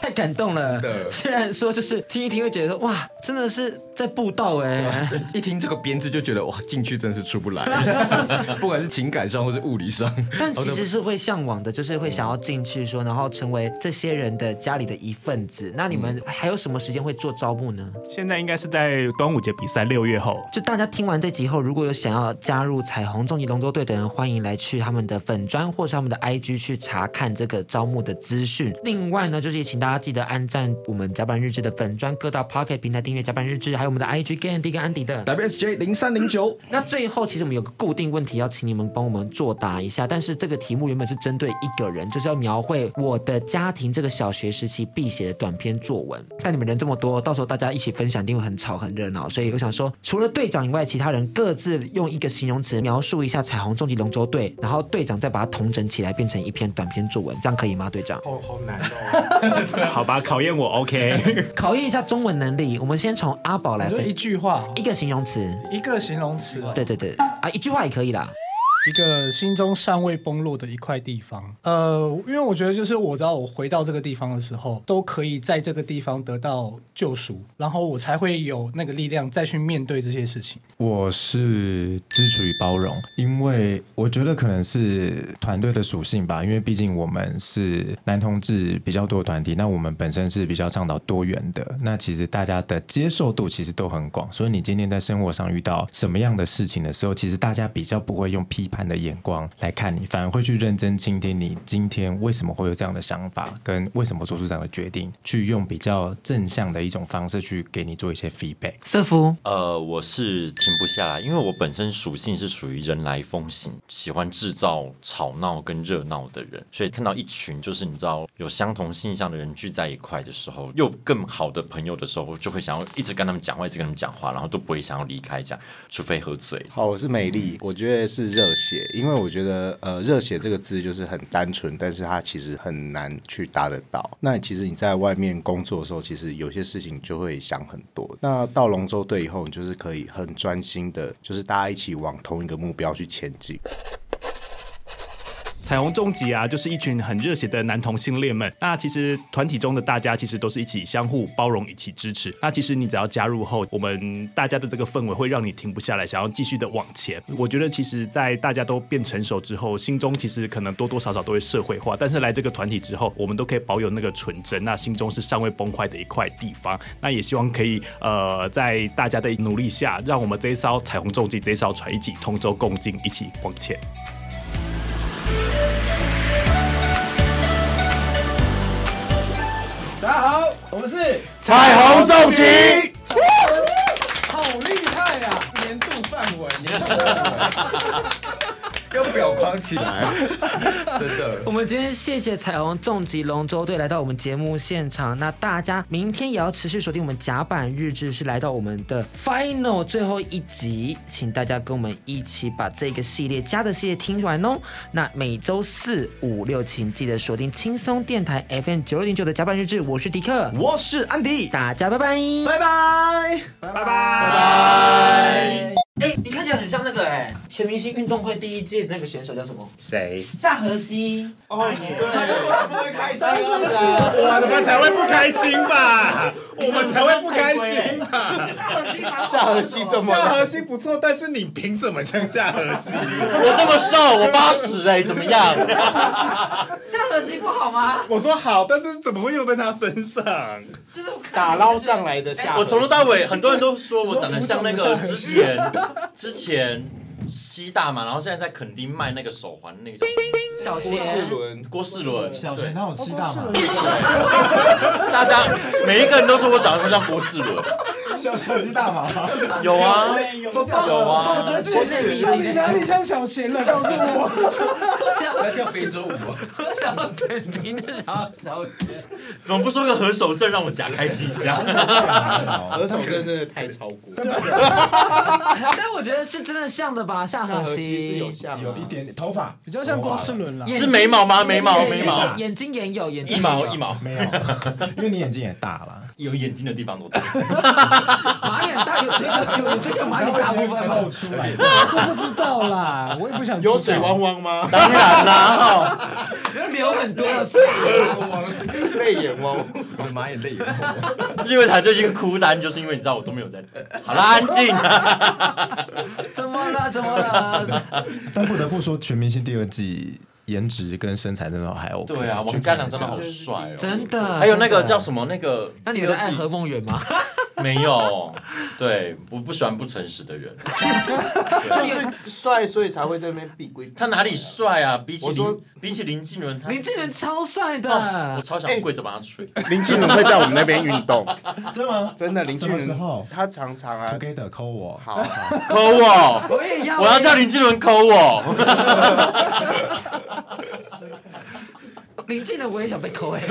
Speaker 2: 太感动了，虽然说就是听一听会觉得说哇，真的是在布
Speaker 4: 哦
Speaker 2: 道 哎、
Speaker 4: 欸一听这个编制就觉得哇，进去真是出不 来，不管是情感上或是物理上。
Speaker 2: 但其实是会向往的，就是会想要进去说，然后成为这些人的家里的一份子。那你
Speaker 4: 嗯
Speaker 2: 们还有什么时间会做招募呢？
Speaker 8: 现在应该是在端午节比赛六月后，
Speaker 2: 就大家听完这集后，如果有想要加入彩虹终极龙舟队的人，欢迎来去他们的粉砖或是他们的 IG 去查看这个招募的资讯。另外呢，就是也请大家记得按赞我们甲板日志的粉砖，各大 Pocket 平台订阅甲板日志，还有我们的 IG g a n d y 跟安迪的。
Speaker 4: WSJ 零三零九，
Speaker 2: 那最后，其实我们有个固定问题要请你们帮我们作答一下，但是这个题目原本是针对一个人，就是要描绘我的家庭这个小学时期必写的短篇作文。但你们人这么多，到时候大家一起分享，一定会很吵很热闹。所以我想说，除了队长以外，其他人各自用一个形容词描述一下彩虹终极龙舟队，然后队长再把它统整起来变成一篇短篇作文，这样可以吗？队长，
Speaker 6: 好好难哦。
Speaker 8: 好吧，考验我 OK。
Speaker 2: 考验一下中文能力。我们先从阿宝来
Speaker 1: 你说一
Speaker 2: 分，
Speaker 1: 句话，
Speaker 2: 一个形容词，
Speaker 1: 一个形容词哦，
Speaker 2: 对对对，啊，一句话也可以啦。
Speaker 1: 一个心中尚未崩落的一块地方。呃，因为我觉得就是我知道我回到这个地方的时候，都可以在这个地方得到救赎，然后我才会有那个力量再去面对这些事情。
Speaker 5: 我是支持与包容，因为我觉得可能是团队的属性吧，因为毕竟我们是男同志比较多的团体，那我们本身是比较倡导多元的，那其实大家的接受度其实都很广，所以你今天在生活上遇到什么样的事情的时候，其实大家比较不会用批判的眼光来看你，反而会去认真倾听你今天为什么会有这样的想法，跟为什么做出这样的决定，去用比较正向的一种方式去给你做一些 feedback。
Speaker 2: 瑟夫，
Speaker 9: 呃，我是停不下来，因为我本身属性是属于人来疯型，喜欢制造吵闹跟热闹的人，所以看到一群就是你知道有相同性向的人聚在一块的时候，又更好的朋友的时候，我就会想要一直跟他们讲话，一直跟他们讲话，然后都不会想要离开这样，除非喝醉。
Speaker 6: 好，我是美
Speaker 9: 嗯
Speaker 6: 丽，我觉得是热血，因为我觉得呃，热血这个字就是很单纯，但是它其实很难去达得到。那其实你在外面工作的时候，其实有些事情你就会想很多。那到龙舟队以后，你就是可以很专心的，就是大家一起往同一个目标去前进。
Speaker 8: 彩虹终极啊，就是一群很热血的男同性恋们。那其实团体中的大家，其实都是一起相互包容，一起支持。那其实你只要加入后，我们大家的这个氛围会让你停不下来，想要继续的往前。我觉得其实，在大家都变成熟之后，心中其实可能多多少少都会社会化，但是来这个团体之后，我们都可以保有那个纯真，那心中是尚未崩坏的一块地方。那也希望可以呃，在大家的努力下，让我们这一艘彩虹重击这一艘船一起同舟共进，一起往前。
Speaker 5: 大家好，我们是
Speaker 6: 彩虹重击，
Speaker 1: 好厉害啊呀、
Speaker 7: 年度范围，年度范围，要表框起来，真的。
Speaker 2: 我们今天谢谢彩虹重疾龙舟队来到我们节目现场。那大家明天也要持续锁定我们甲板日志，是来到我们的 final 最后一集，请大家跟我们一起把这个系列加的系列听完哦。那每周四、五、六，请记得锁定轻松电台 FM 九六点九的甲板日志。我是迪克，
Speaker 7: 我是安迪，
Speaker 2: 大家拜拜。
Speaker 7: 拜拜。
Speaker 2: 哎、你看起来很像那个哎、全明星运动会第一届那个选手叫什么？
Speaker 9: 谁？
Speaker 2: 夏荷西。哎
Speaker 6: 哦，对，不会开心的。
Speaker 8: 我们才会不开心吧？我们才会不开心吧？
Speaker 6: 夏荷西这么
Speaker 8: 夏荷西不错，但是你凭什么像夏荷西？
Speaker 9: 我这么瘦，我八十哎，怎 么样？
Speaker 2: 夏荷西不好吗？
Speaker 8: 我说好，但是怎么会用在他身上？
Speaker 2: 就是我看
Speaker 6: 打捞上来的夏荷西，
Speaker 9: 哎我从头到尾，很多人都说我长得像那个之前之前西大嘛，然后现在在垦丁卖那个手环那个叫
Speaker 2: 小谢。
Speaker 6: 四轮
Speaker 9: 郭世伦，
Speaker 5: 小贤他有七大嘛？
Speaker 9: 大家每一个人都说我长得就像郭世伦，
Speaker 5: 小贤有七大嘛？
Speaker 9: 有啊，有啊，
Speaker 2: 谢谢你，
Speaker 1: 到底哪里像小贤了？告诉我，
Speaker 7: 那叫非洲舞啊。
Speaker 2: 我想要肯定的小小姐。
Speaker 9: 怎么不说个何守正让我假开心 一下？
Speaker 6: 何首真的太超过，
Speaker 2: 但我觉得是真的像的吧，夏荷
Speaker 6: 河西是有
Speaker 2: 西。
Speaker 6: 像
Speaker 5: 有一点点头发，
Speaker 1: 比较像郭世伦啦。
Speaker 2: 眼睛
Speaker 9: 是眉毛吗？眉毛，眉毛，
Speaker 2: 眼睛也有，眼睛
Speaker 9: 一
Speaker 2: 也
Speaker 9: 毛
Speaker 2: 有
Speaker 9: 一，毛，
Speaker 5: 没有，因为你眼睛也大了。
Speaker 9: 有眼睛的地方都 大。
Speaker 2: 马眼大有这个有有这个马眼大部分
Speaker 5: 露
Speaker 2: 吗？
Speaker 5: 出来，
Speaker 1: 我是不知道 啦，我也不想知道。
Speaker 6: 有水汪汪吗？
Speaker 9: 当然 啦，哈
Speaker 2: 留很多的水。
Speaker 6: 泪眼汪汪。
Speaker 7: 我的妈也累了。
Speaker 9: 日月潭最近哭单，就是因为你知道我都没有在。好啦，安静啊！
Speaker 2: 怎么了？怎么了？
Speaker 5: 但不得不说，《全明星》第二季颜值跟身材真的还 OK。
Speaker 9: 对啊，王
Speaker 5: 去
Speaker 9: 嘉
Speaker 5: 看
Speaker 9: 良真的
Speaker 5: 一下
Speaker 9: 好帅哦。
Speaker 2: 真的。
Speaker 9: 还有那个
Speaker 2: 真的
Speaker 9: 叫。什么那个，
Speaker 2: 那你有在爱何梦远吗？
Speaker 9: 没有？对，我不喜欢不诚实的人。
Speaker 5: 啊
Speaker 6: 就是帅，所以才会在那边避规。
Speaker 9: 他哪里帅啊？比起
Speaker 6: 我说
Speaker 9: 林，比起林敬伦，他哦
Speaker 2: 林志玲超帅
Speaker 9: 我
Speaker 2: 的，
Speaker 9: 超想跪着把他捶。
Speaker 6: 林俊伦会在我们那边运动，
Speaker 5: 真的吗？
Speaker 6: 真的，林俊
Speaker 5: 什么时候
Speaker 6: 伦他常常啊，
Speaker 5: Together 扣我，
Speaker 6: 好，
Speaker 9: 抠我，
Speaker 2: 我也要。
Speaker 9: 我要叫林敬伦抠我。
Speaker 2: 林志玲，我也想被抠哎。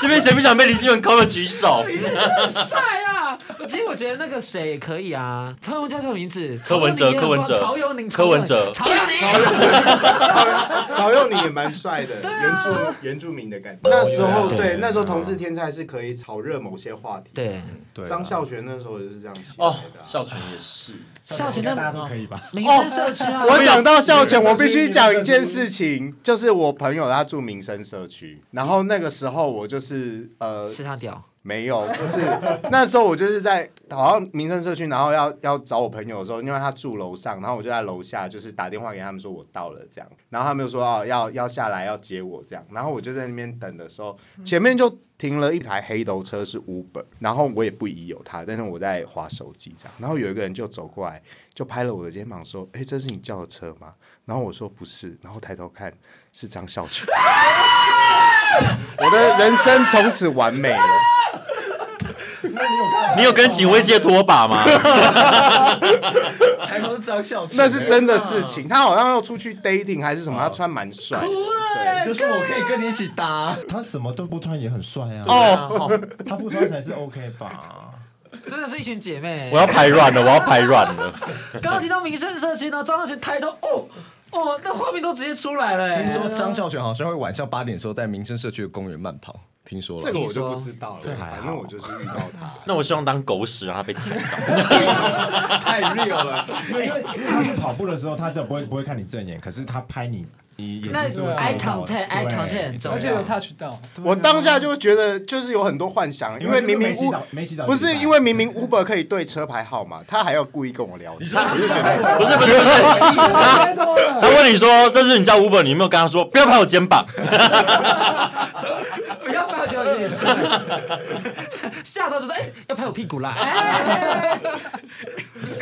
Speaker 9: 这边谁不想被林敬伦抠的举手？
Speaker 2: 林志玲真的很帅啊！我其实我我觉得那个谁也可以啊，他们叫什么名字？
Speaker 9: 柯文哲
Speaker 2: 曹佑宁
Speaker 9: 柯文哲
Speaker 2: 曹佑宁，
Speaker 9: 柯文哲
Speaker 2: 曹佑宁。
Speaker 6: 曹佑宁也蛮帅的，
Speaker 2: 啊
Speaker 6: 原住原住民的感觉。那时候对，那时候同志天才是可以炒热某些话题。
Speaker 2: 对，
Speaker 5: 对啊
Speaker 6: 张孝全那时候也是这样起来
Speaker 9: 哦，
Speaker 6: 的啊。
Speaker 9: 孝纯也是，
Speaker 2: 校群
Speaker 5: 大家
Speaker 2: 的
Speaker 5: 都可以 吧？
Speaker 2: 民生社区啊，
Speaker 6: 哦我讲到孝全，我必须讲一件事情，就是我朋友他住民生社区，然后那个时候我就是呃
Speaker 2: 吃他屌。
Speaker 6: 没有，不是那时候我就是在好像民生社区，然后要要找我朋友的时候，因为他住楼上，然后我就在楼下，就是打电话给他们说我到了这样，然后他们就说哦要要下来要接我这样，然后我就在那边等的时候，前面就停了一台黑头车是 Uber，然后我也不疑有他，但是我在划手机这样，然后有一个人就走过来，就拍了我的肩膀说，哎、这是你叫的车吗？然后我说不是，然后抬头看是张孝全，我的人生从此完美了。
Speaker 2: 哦
Speaker 9: 你有跟警卫界拖把吗？
Speaker 7: 抬头是张孝全，
Speaker 6: 那是真的事情。他好像要出去 dating 还是什么，他穿蛮帅的。
Speaker 7: 就是我可以跟你一起搭。
Speaker 5: 他什么都不穿也很帅啊，
Speaker 2: 哦，
Speaker 5: 他不穿才是 OK 吧？
Speaker 2: 真的是一群姐妹。
Speaker 9: 我要排卵了，我要排卵了。
Speaker 2: 刚刚提到民生社区呢，张浩群抬头，哦哦，那画面都直接出来了。哎
Speaker 4: 听说张孝全好像会晚上八点的时候在民生社区的公园慢跑，听说了。
Speaker 6: 这个我就不知道了，反正我就是遇到他。
Speaker 9: 那我希望当狗屎，让他被踩到。
Speaker 4: 太 real 了，
Speaker 5: 因为因为他去跑步的时候，他只有不会不会看你正眼，可是他拍你，你眼
Speaker 2: 那
Speaker 5: 睛是会
Speaker 2: eye
Speaker 5: 看到的
Speaker 2: contact eye
Speaker 5: 对
Speaker 2: contact 很重
Speaker 1: 啊而且有
Speaker 2: 要。
Speaker 1: touch 到，
Speaker 6: 我当下就觉得就是有很多幻想，因为明明
Speaker 5: 因为就是没洗澡没洗澡
Speaker 6: 不
Speaker 5: 就是是
Speaker 6: 因为明明 Uber 可以对车牌号码，他还要故意跟我聊
Speaker 9: 不
Speaker 6: 天。
Speaker 9: 是不是不是，
Speaker 1: 太多了。
Speaker 9: 他问你说这是你叫 Uber，你有没有跟他说不要拍我肩膀？
Speaker 2: 不要拍我掉眼睛，吓到就说哎，要拍我屁股啦！哎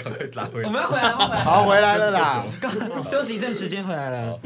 Speaker 4: 赶快拉回
Speaker 2: 我
Speaker 4: 来。
Speaker 2: 们要回来，我们要回来。
Speaker 6: 好，回来了啦。
Speaker 2: 刚休息一阵时间回来了。